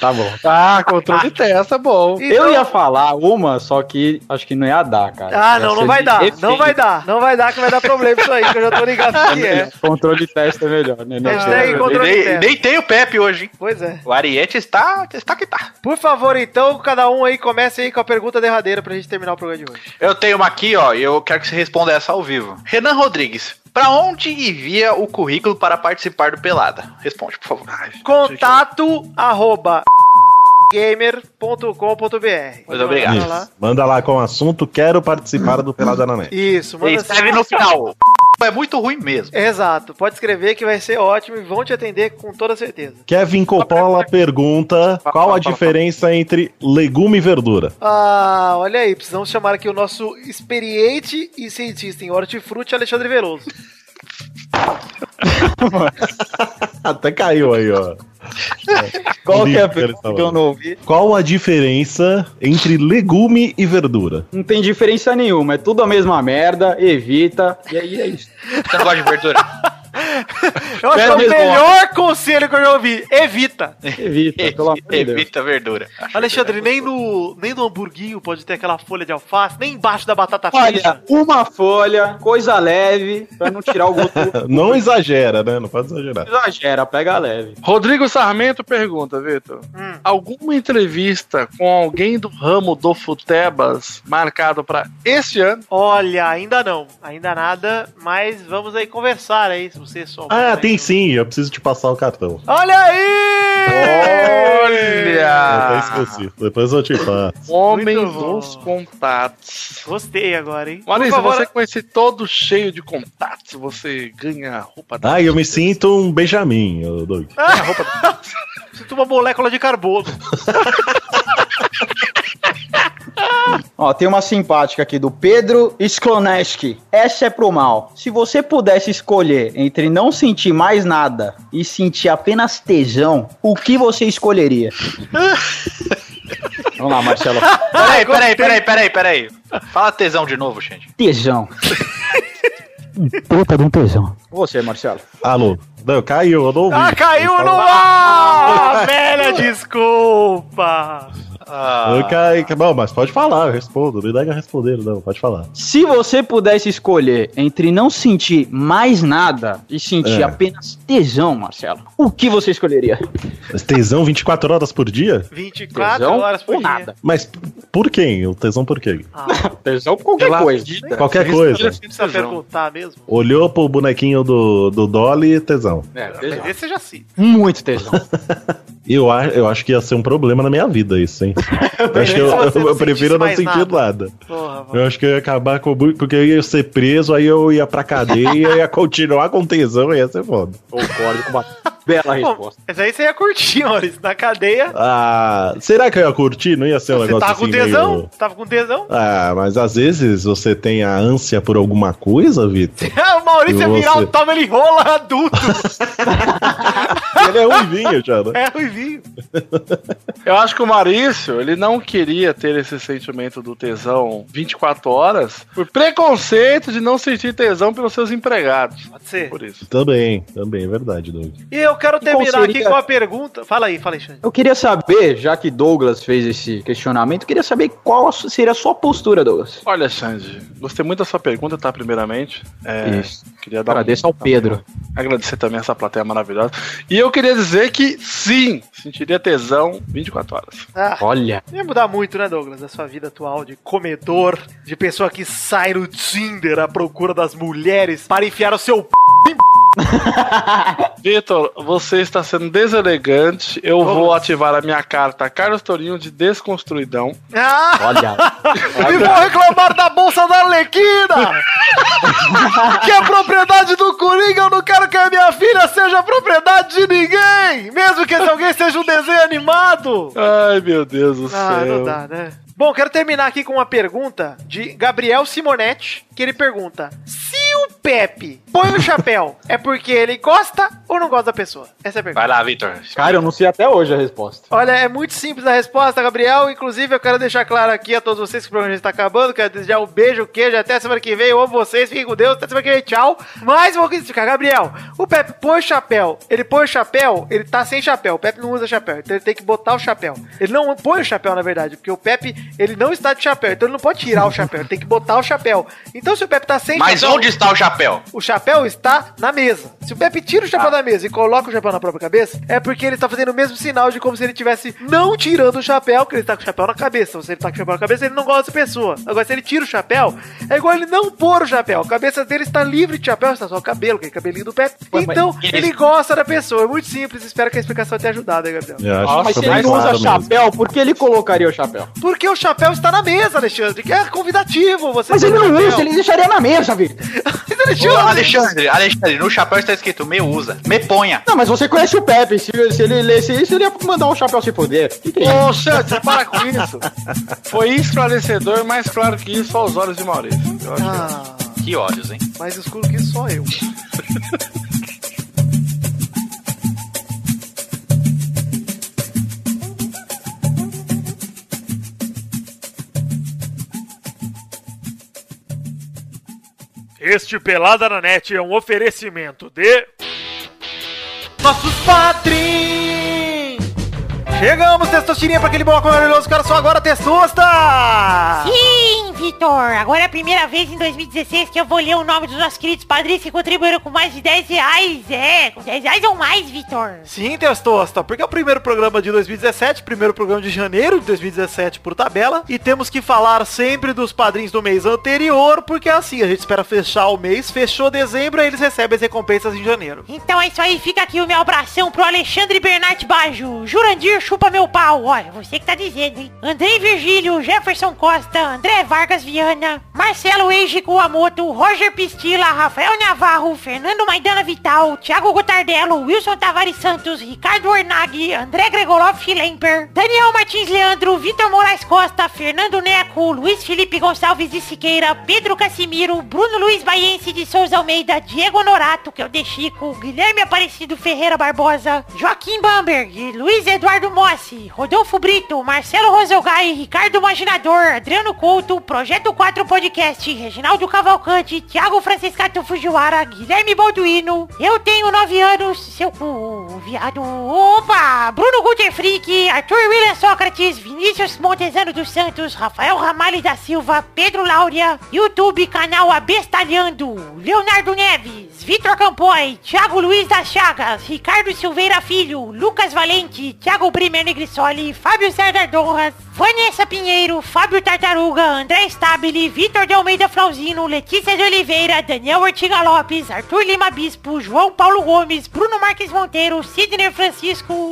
S7: Tá bom.
S5: Ah, controle testa, bom.
S3: Então-
S7: eu ia falar uma, só que acho que não ia dar, cara.
S3: Ah, não, não vai dar. Não vai dar. Não vai dar que vai dar problema isso aí, que eu já tô ligado que é.
S7: Controle testa é melhor, né? Não
S3: Hashtag
S7: sei.
S3: controle
S4: nem,
S3: interno.
S4: nem tem o Pepe hoje, hein?
S3: Pois é.
S4: O Ariete está, está que tá.
S3: Por favor, então, cada um aí comece aí com a pergunta derradeira pra gente terminar o programa de hoje.
S4: Eu tenho uma aqui, ó, e eu quero que você responda essa ao vivo. Renan Rodrigues, pra onde envia o currículo para participar do Pelada? Responde, por favor.
S3: Contato arroba gamer.com.br
S4: Muito obrigado.
S3: Manda lá.
S8: Isso. Manda lá com o assunto, quero participar do Pelada na Net.
S3: Isso,
S4: E
S3: manda assim.
S4: escreve no final. É muito ruim mesmo.
S3: Exato, pode escrever que vai ser ótimo e vão te atender com toda certeza.
S8: Kevin Coppola pergunta qual a diferença entre legume e verdura.
S3: Ah, olha aí, precisamos chamar aqui o nosso experiente e cientista em hortifruti, Alexandre Veloso.
S8: Até caiu aí, ó.
S7: Qual que é a
S8: Livre, ele
S7: pergunta
S8: falou.
S7: que eu não ouvi?
S8: Qual a diferença entre legume e verdura?
S7: Não tem diferença nenhuma, é tudo a mesma merda, evita, e aí é isso.
S4: Você não gosta de verdura?
S3: Eu acho que é o
S7: Pera, mesmo,
S3: melhor conselho que eu já ouvi. Evita!
S7: Evita, pelo amor de Deus.
S4: Evita verdura.
S3: Alexandre, nem no, nem no hamburguinho pode ter aquela folha de alface, nem embaixo da batata
S7: Olha,
S3: frita.
S7: uma folha, coisa leve, pra não tirar o gosto.
S8: Não exagera, né? Não pode exagerar.
S7: Exagera, pega leve.
S5: Rodrigo Sarmento pergunta, Vitor.
S3: Hum.
S5: Alguma entrevista com alguém do ramo do Futebas marcado pra este ano?
S3: Olha, ainda não, ainda nada, mas vamos aí conversar aí, se você souber.
S8: Ah,
S3: aí.
S8: tem sim, eu preciso te passar o cartão.
S3: Olha aí!
S8: Eu
S5: Olha!
S8: até esqueci. Depois eu te passo.
S5: Homem
S3: Muito bom.
S5: dos contatos.
S3: Gostei agora, hein?
S5: Marisa,
S3: Por favor,
S5: você com esse todo cheio de contatos, você ganha a roupa da
S8: Ah, eu me sinto um Benjamin, ô Doug.
S3: sinto uma molécula de carbono.
S7: Ó, tem uma simpática aqui do Pedro Skloneski. Essa é pro mal. Se você pudesse escolher entre não sentir mais nada e sentir apenas tesão, o que você escolheria? Vamos lá, Marcelo. Ah,
S4: Peraí, peraí, peraí, peraí, peraí. Fala tesão de novo, gente.
S7: Tesão.
S9: Puta de um tesão.
S7: Você, Marcelo.
S8: Alô? Não, caiu, eu não ouvi.
S3: Ah, caiu no
S8: "Ah,
S3: ar! Velha desculpa!
S8: Eu caí. Bom, mas pode falar, eu respondo. Não nega responder, não, pode falar.
S7: Se você pudesse escolher entre não sentir mais nada e sentir
S8: É.
S7: apenas tesão, Marcelo, o que você escolheria?
S8: Mas tesão 24 horas por dia?
S3: 24
S7: Tesão
S3: horas por
S7: ou
S3: dia. Ah,
S7: nada?
S8: Mas por quem? O tesão por quem?
S7: Tesão qualquer
S5: Pela
S7: coisa.
S5: vida.
S8: Qualquer
S5: Vocês
S8: coisa.
S5: estão
S3: Precisa
S5: tesão.
S3: perguntar mesmo?
S8: Olhou pro bonequinho do, do Dolly, tesão.
S7: É,
S3: Mas
S7: tesão.
S3: esse eu já cita.
S7: Muito tesão.
S8: Eu, a- eu acho que ia ser um problema na minha vida isso, hein? eu acho que eu,
S3: Se você
S8: eu-
S3: não
S8: eu prefiro não
S3: sentisse mais
S8: sentir nada.
S3: Porra, mano.
S8: Eu acho que eu ia acabar com. muito- Porque eu ia ser preso, aí eu ia pra cadeia, eu ia continuar com tesão, ia ser foda.
S7: Concordo com uma bela
S3: Bom,
S7: resposta.
S3: mas aí você ia curtir, Maurício. Na cadeia,
S8: Ah, será que eu ia curtir? Não ia ser um
S3: você
S8: negócio
S3: tava
S8: assim
S3: com tesão?
S8: meio-
S3: Tava com tesão?
S8: Ah, mas às vezes você tem a ânsia por alguma coisa, Vitor.
S3: Ah, o Maurício ia
S8: E
S3: virar
S8: você?
S3: o toma, ele rola adulto.
S8: Ele é ruivinho já, né?
S3: é ruivinho.
S5: Eu acho que o Maurício, ele não queria ter esse sentimento do tesão 24 horas por preconceito de não sentir tesão pelos seus empregados.
S3: Pode ser.
S5: Por isso.
S8: Também, também, é verdade, Doug.
S3: E eu quero terminar
S7: seria-
S3: aqui com a pergunta. Fala aí, fala aí, Xande.
S7: Eu queria saber, já que Douglas fez esse questionamento, eu queria saber qual a su- seria a sua postura, Douglas.
S5: Olha, Sandy, gostei muito da sua pergunta, tá? Primeiramente. É,
S7: Isso.
S5: queria dar um-
S7: Agradeço ao Pedro.
S5: agradecer também essa plateia maravilhosa. E eu queria dizer que sim, sentiria tesão 24 horas.
S3: Ah,
S7: Olha.
S3: não ia mudar muito, né, Douglas, da sua vida atual de comedor, de pessoa que sai no Tinder à procura das mulheres para enfiar o seu p...
S5: Vitor, você está sendo deselegante. Eu vou ativar a minha carta Carlos Torinho de desconstruidão.
S3: Ah!
S7: Olha.
S3: E vou reclamar da bolsa da Arlequina! que é propriedade do Coringa, eu não quero que a minha filha seja propriedade de ninguém! Mesmo que esse alguém seja um desenho animado!
S5: Ai, meu Deus do
S3: Ah,
S5: céu.
S3: não dá, né? Bom, quero terminar aqui com uma pergunta de Gabriel Simonetti, que ele pergunta: Se o Pepe põe o chapéu, é porque ele gosta ou não gosta da pessoa? Essa é a pergunta.
S4: Vai lá, Victor.
S7: Cara, eu não sei até hoje a resposta.
S3: Olha, é muito simples a resposta, Gabriel. Inclusive, eu quero deixar claro aqui a todos vocês que o programa já está acabando. Quero desejar um beijo, queijo. Até semana que vem. Eu amo vocês. Fiquem com Deus. Até semana que vem. Tchau. Mas vou explicar. Gabriel, o Pepe põe o chapéu. Ele põe o chapéu, ele tá sem chapéu. O Pepe não usa chapéu. Então ele tem que botar o chapéu. Ele não põe o chapéu, na verdade, porque o Pepe, ele não está de chapéu. Então ele não pode tirar o chapéu. Ele tem que botar o chapéu. Então se o Pepe tá sem
S4: Mas
S3: chapéu.
S4: onde está o chapéu?
S3: O chapéu está na mesa. Se o Pepe tira o
S7: Ah.
S3: chapéu da mesa e coloca o chapéu na própria cabeça, é porque ele está fazendo o mesmo sinal de como se ele estivesse não tirando o chapéu, que ele está com o chapéu na cabeça. Se ele está com o chapéu na cabeça, ele não gosta dessa pessoa. Agora, se ele tira o chapéu, é igual ele não pôr o chapéu. A cabeça dele está livre de chapéu, está só o cabelo, que é o cabelinho do Pepe. Então, ele gosta da pessoa. É muito simples. Espero que a explicação tenha ajudado, hein, Gabriel?
S8: Eu acho
S7: Mas é um
S8: que
S7: se
S8: foi bem
S7: ele não usa
S8: claro mesmo.
S7: chapéu, por que ele colocaria o chapéu?
S3: Porque o chapéu está na mesa, Alexandre, que é convidativo. Você
S7: Mas
S3: ter
S7: ele
S3: o
S7: não
S3: chapéu.
S7: usa, ele deixaria na mesa, Vitor.
S3: Mas, Alexandre,
S4: Ô, Alexandre, Alexandre, no chapéu está escrito me usa, me ponha.
S7: Não, mas você conhece o Pepe. Se, se ele lesse isso, ele ia mandar um chapéu se poder. Que que é isso?
S5: Ô, Santos, para com isso. Foi esclarecedor, mais claro que isso aos olhos de Maurício. Eu acho
S3: Ah,
S4: Que olhos, hein?
S3: mais escuro que isso só eu. Este Pelada na Net é um oferecimento de. Nossos patrins! Chegamos, Testosterinha, pra aquele bloco maravilhoso, cara, só agora, Testosta!
S10: Sim, Vitor! Agora é a primeira vez em 2016 que eu vou ler o nome dos nossos queridos padrinhos que contribuíram com mais de 10 reais. É, com 10 reais ou mais, Vitor.
S3: Sim, Testosta, porque é o primeiro programa de 2017, primeiro programa de janeiro de 2017 por tabela, e temos que falar sempre dos padrinhos do mês anterior, porque é assim, a gente espera fechar o mês, fechou dezembro, aí eles recebem as recompensas em janeiro.
S10: Então é isso aí, fica aqui o meu abração pro Alexandre Bernat Bajo, Jurandir Chupa Meu Pau, olha, você que tá dizendo, hein? Andrei Virgílio, Jefferson Costa, André Vargas Viana, Marcelo Eiji Kuamoto, Roger Pistila, Rafael Navarro, Fernando Maidana Vital, Thiago Gotardello, Wilson Tavares Santos, Ricardo Ornag, André Gregorov Schlemper, Daniel Martins Leandro, Vitor Moraes Costa, Fernando Neco, Luiz Felipe Gonçalves de Siqueira, Pedro Casimiro, Bruno Luiz Baiense de Souza Almeida, Diego Honorato, que é o De Chico, Guilherme Aparecido Ferreira Barbosa, Joaquim Bamberg, Luiz Eduardo Mossi, Rodolfo Brito, Marcelo Roselgai, Ricardo Maginador, Adriano Couto, Projeto 4 Podcast, Reginaldo Cavalcante, Thiago Franciscato Fujiwara, Guilherme Balduino, Eu Tenho 9 Anos, Seu Cu, Viado, Opa, Bruno Guter Freak, Arthur William Sócrates, Vinícius Montezano dos Santos, Rafael Ramalho da Silva, Pedro Laura, YouTube, canal Abestalhando, Leonardo Neves, Vitor Campoy, Thiago Luiz das Chagas, Ricardo Silveira Filho, Lucas Valente, Thiago Brimer Negrissoli, Fábio César Donras, Vanessa Pinheiro, Fábio Tartaruga, André Stabile, Vitor de Almeida Flauzino, Letícia de Oliveira, Daniel Ortiga Lopes, Arthur Lima Bispo, João Paulo Gomes, Bruno Marques Monteiro, Sidney Francisco,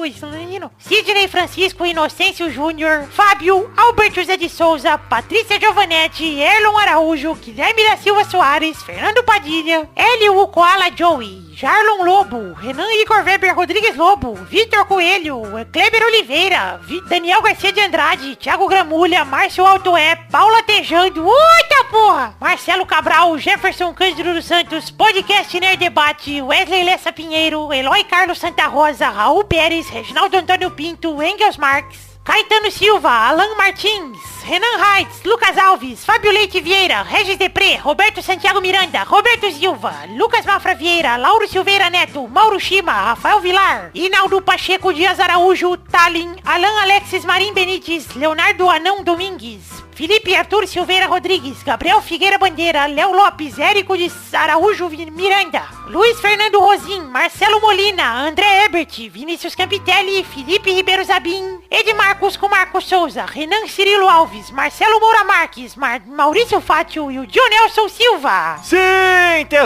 S10: isso não é menino? Sidney Francisco Inocêncio Júnior, Fábio, Alberto José de Souza, Patrícia Giovanetti, Erlon Araújo, Guilherme da Silva Soares, Fernando Padilha, Hélio Koala Joey, Jarlon Lobo, Renan Igor Weber Rodrigues Lobo, Vitor Coelho, Kleber Oliveira, Vi- Daniel Garcia de Andrade, Thiago Gramulha, Márcio Altoé, Paula Tejando, muita porra! Marcelo Cabral, Jefferson Cândido dos Santos, Podcast Nerd Debate, Wesley Lessa Pinheiro, Eloy Carlos Santa Rosa, Raul Pérez, Reginaldo Antônio Pinto, Engels Marques, Caetano Silva, Alan Martins, Renan Reitz, Lucas Alves, Fábio Leite Vieira, Regis Depré, Roberto Santiago Miranda, Roberto Silva, Lucas Mafra Vieira, Lauro Silveira Neto, Mauro Shima, Rafael Vilar, Inaldo Pacheco Dias Araújo, Tallin, Alan Alexis Marim Benites, Leonardo Anão Domingues, Felipe Arthur Silveira Rodrigues, Gabriel Figueira Bandeira, Léo Lopes, Érico de Araújo Vi- Miranda, Luiz Fernando Rosim, Marcelo Molina, André Ebert, Vinícius Campitelli, Felipe Ribeiro Zabim, Edmarcos com Marcos Souza, Renan Cirilo Alves, Marcelo Moura Marques, Mar- Maurício Fátio e o Dionelson Silva.
S3: Sim,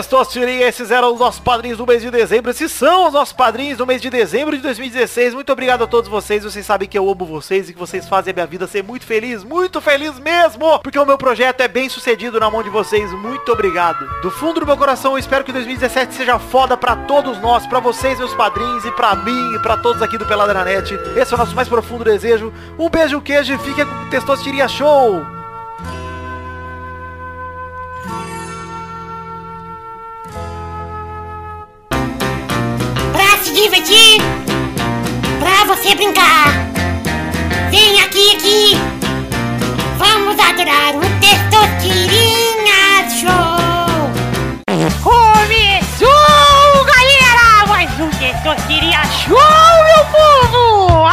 S3: Testosteria, esses eram os nossos padrinhos do mês de dezembro. Esses são os nossos padrinhos do mês de dezembro de 2016. Muito obrigado a todos vocês. Vocês sabem que eu amo vocês e que vocês fazem a minha vida ser muito feliz, muito feliz mesmo, porque o meu projeto é bem sucedido na mão de vocês. Muito obrigado. Do fundo do meu coração, eu espero que 2017 seja foda pra todos nós, pra vocês, meus padrinhos, e pra mim, e pra todos aqui do Pelada na Net. Esse é o nosso mais profundo desejo. Um beijo, queijo e fica com o Testosteria Show.
S10: divertir, pra você brincar. Vem aqui, aqui, vamos adorar o Testosterinha Show. Começou, galera, mais um Testosterinha Show, meu povo!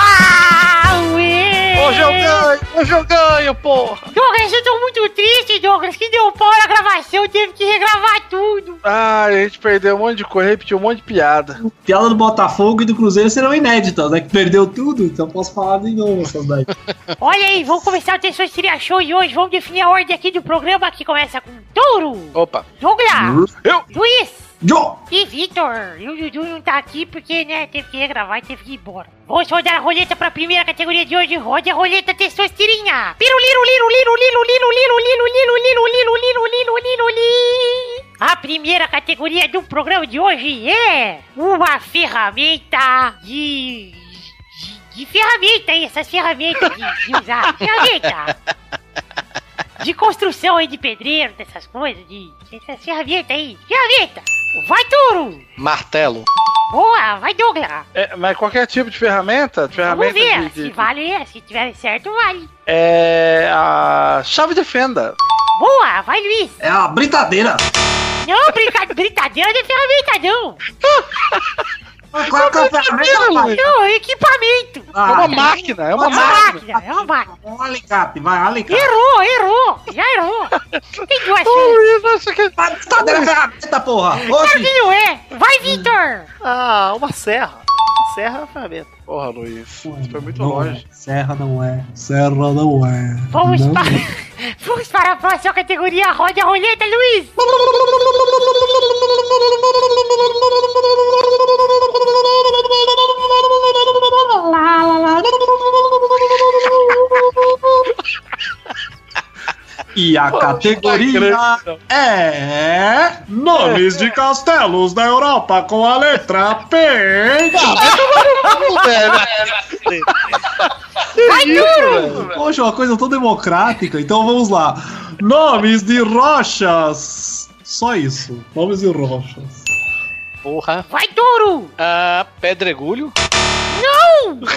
S10: Auê!
S2: Hoje eu ganho, hoje eu ganho, porra.
S10: Douglas, eu tô muito triste, Douglas, que deu pau na gravação, teve que regravar tudo.
S5: Ah, a gente perdeu um monte de coisa, repetiu um monte de piada.
S6: Piada do Botafogo e do Cruzeiro serão inéditas, né? Que perdeu tudo, então posso falar de novo essas daí.
S10: Olha aí, vamos começar o Tensões Seria Show e hoje vamos definir a ordem aqui do programa que começa com Touro,
S2: Opa.
S10: Douglas,
S5: Eu.
S10: Luiz
S6: Jo!
S10: e Vitor. E o Dudu não tá aqui porque, né, teve que regravar e teve que ir embora. Vamos rodar a roleta pra primeira categoria de hoje. Rode a roleta Tensões Tirinha. Piru, liru, liru, liru, liru, liru, liru, liru, liru, liru, liru, liru, liru, liru, li. A primeira categoria do programa de hoje é uma ferramenta de de- de ferramenta, hein? Essas ferramentas de, de usar. Ferramenta! De construção aí, de pedreiro, dessas coisas, de. Essas ferramentas aí. Ferramenta! Vai, Turo!
S2: Martelo.
S10: Boa, vai, Douglas!
S5: É, mas qualquer tipo de ferramenta? de
S10: Vamos
S5: ferramenta
S10: ver
S5: de- de-
S10: se vale, se tiver certo, vale.
S5: É. A chave de fenda.
S10: Boa, vai, Luiz!
S6: É a britadeira!
S10: Não, brinca, brincadeira não é ferramenta, não!
S6: Qual que é a ferramenta, pai?
S10: Não, é equipamento!
S5: É uma
S6: Ah,
S5: máquina, é
S10: É
S5: uma
S10: uma
S5: máquina.
S10: máquina, é uma máquina!
S6: um alicate, vai, alicate.
S10: Errou, errou! Já errou! Tem duas chances!
S5: Ui, nossa, que-
S6: A britadeira é ferramenta, porra!
S10: Claro
S6: Oxi!
S10: que não é! Vai, Vitor!
S3: Ah, uma serra. Uma serra é uma ferramenta.
S5: Porra, Luiz. Isso foi muito
S6: Não
S5: longe.
S6: é. Serra não é. Serra não é.
S10: Vamos
S6: Não
S10: para... Vamos para a próxima categoria, roda a roleta, Luiz!
S6: E a categoria é nomes de castelos da Europa com a letra P.
S10: Vai, duro!
S6: Hoje é uma coisa tão democrática, então vamos lá. Nomes de rochas. Só isso. Nomes de rochas.
S2: Porra.
S10: Vai, duro!
S2: Ah, pedregulho.
S10: Não!
S2: Ok.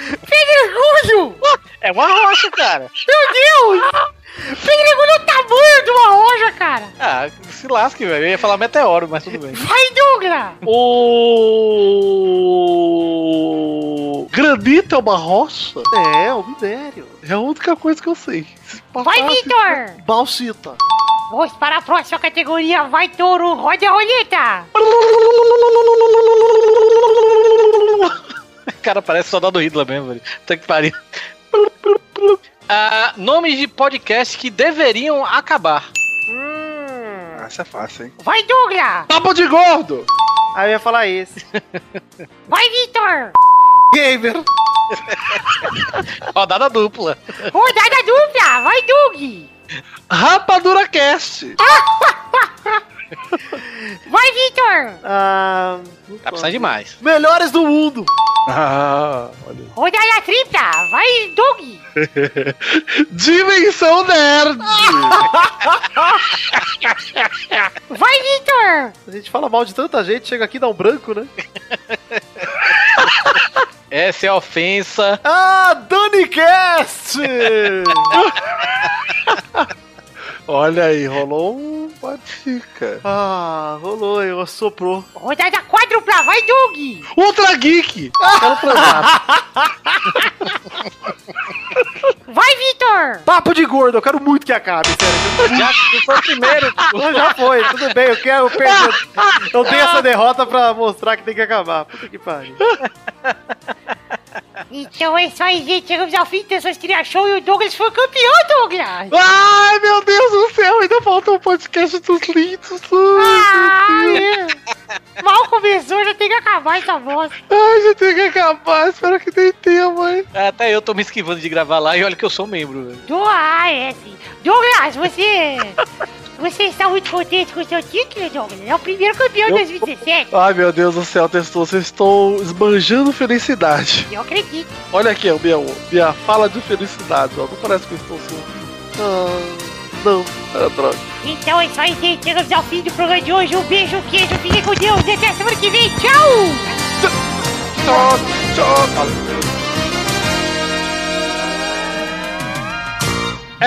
S10: Pedregulho!
S2: É uma rocha, cara.
S10: Meu Deus! Pedregulho é o tamanho de uma roja, cara!
S2: Ah, se lasque, velho. Eu ia falar meteoro, mas tudo bem.
S10: Vai, Douglas!
S5: O. Granito é uma rocha?
S3: É, o minério.
S5: É a única coisa que eu sei. Se passar,
S10: Vai,
S5: assim,
S10: Vitor!
S3: Bauxita.
S10: Vamos para a próxima categoria, vai, touro! Roda a roleta!
S2: Cara, parece só do Hitler mesmo, velho. Puta que pariu. Ah, nomes de podcast que deveriam acabar.
S5: Ah, Essa é fácil, hein?
S10: Vai, Douglas!
S5: Papo de gordo!
S3: Aí eu ia falar esse.
S10: Vai, Vitor!
S3: Gamer.
S2: Rodada dupla.
S10: Rodada dupla! Vai, Doug!
S5: Rapadura Cast!
S10: Vai, Vitor!
S3: Ah,
S2: Tá precisando demais.
S3: melhores do mundo.
S5: Ah, olha.
S10: Rodada tripla! Vai, Doug!
S5: Dimensão Nerd!
S10: Vai, Vitor!
S3: A gente fala mal de tanta gente, chega aqui e dá um branco, né?
S2: Essa é a ofensa.
S3: Ah, DaniCast!
S5: Olha aí, rolou um patica.
S3: ah, rolou, eu soprou.
S10: Rodada quádrupla, vai, Doug!
S5: Ultra Geek! Quero provar.
S10: Vai, Vitor!
S3: Papo de gordo, eu quero muito que acabe, sério.
S2: Já foi o primeiro.
S3: Não, já foi, tudo bem, eu quero perder. Eu dei essa derrota pra mostrar que tem que acabar. Puta que pariu.
S10: Então é isso aí, gente. Chegamos ao fim do Tensões Cria Show e o Douglas foi campeão, Douglas!
S5: Ai, meu Deus do céu, ainda faltou um podcast dos lindos.
S10: Ah, é. Mal começou, já tem que acabar essa voz.
S5: Ai, já tem que acabar, espero que tenha tempo, hein?
S2: Até eu tô me esquivando de gravar lá e olha que eu sou membro, velho.
S10: Do ah, é sim. Douglas, você... Você está muito contente com o seu título, Douglas? É o primeiro campeão de
S5: Eu-
S10: 2017.
S5: Ai, meu Deus do céu, testou, vocês estão esbanjando felicidade.
S10: Eu acredito.
S5: Olha aqui, ó, minha, minha fala de felicidade, ó. assim. Ah, Não parece que eu estou sendo.
S3: Não, era droga.
S10: Então é isso aí, gente. Chegamos ao fim do programa de hoje. Um beijo, um queijo, fiquem com Deus e até a semana que vem. Tchau!
S4: Tchau, tchau.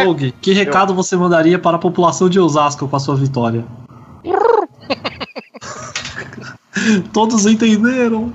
S6: Doug, que recado você mandaria para a população de Osasco com a sua vitória? Todos entenderam.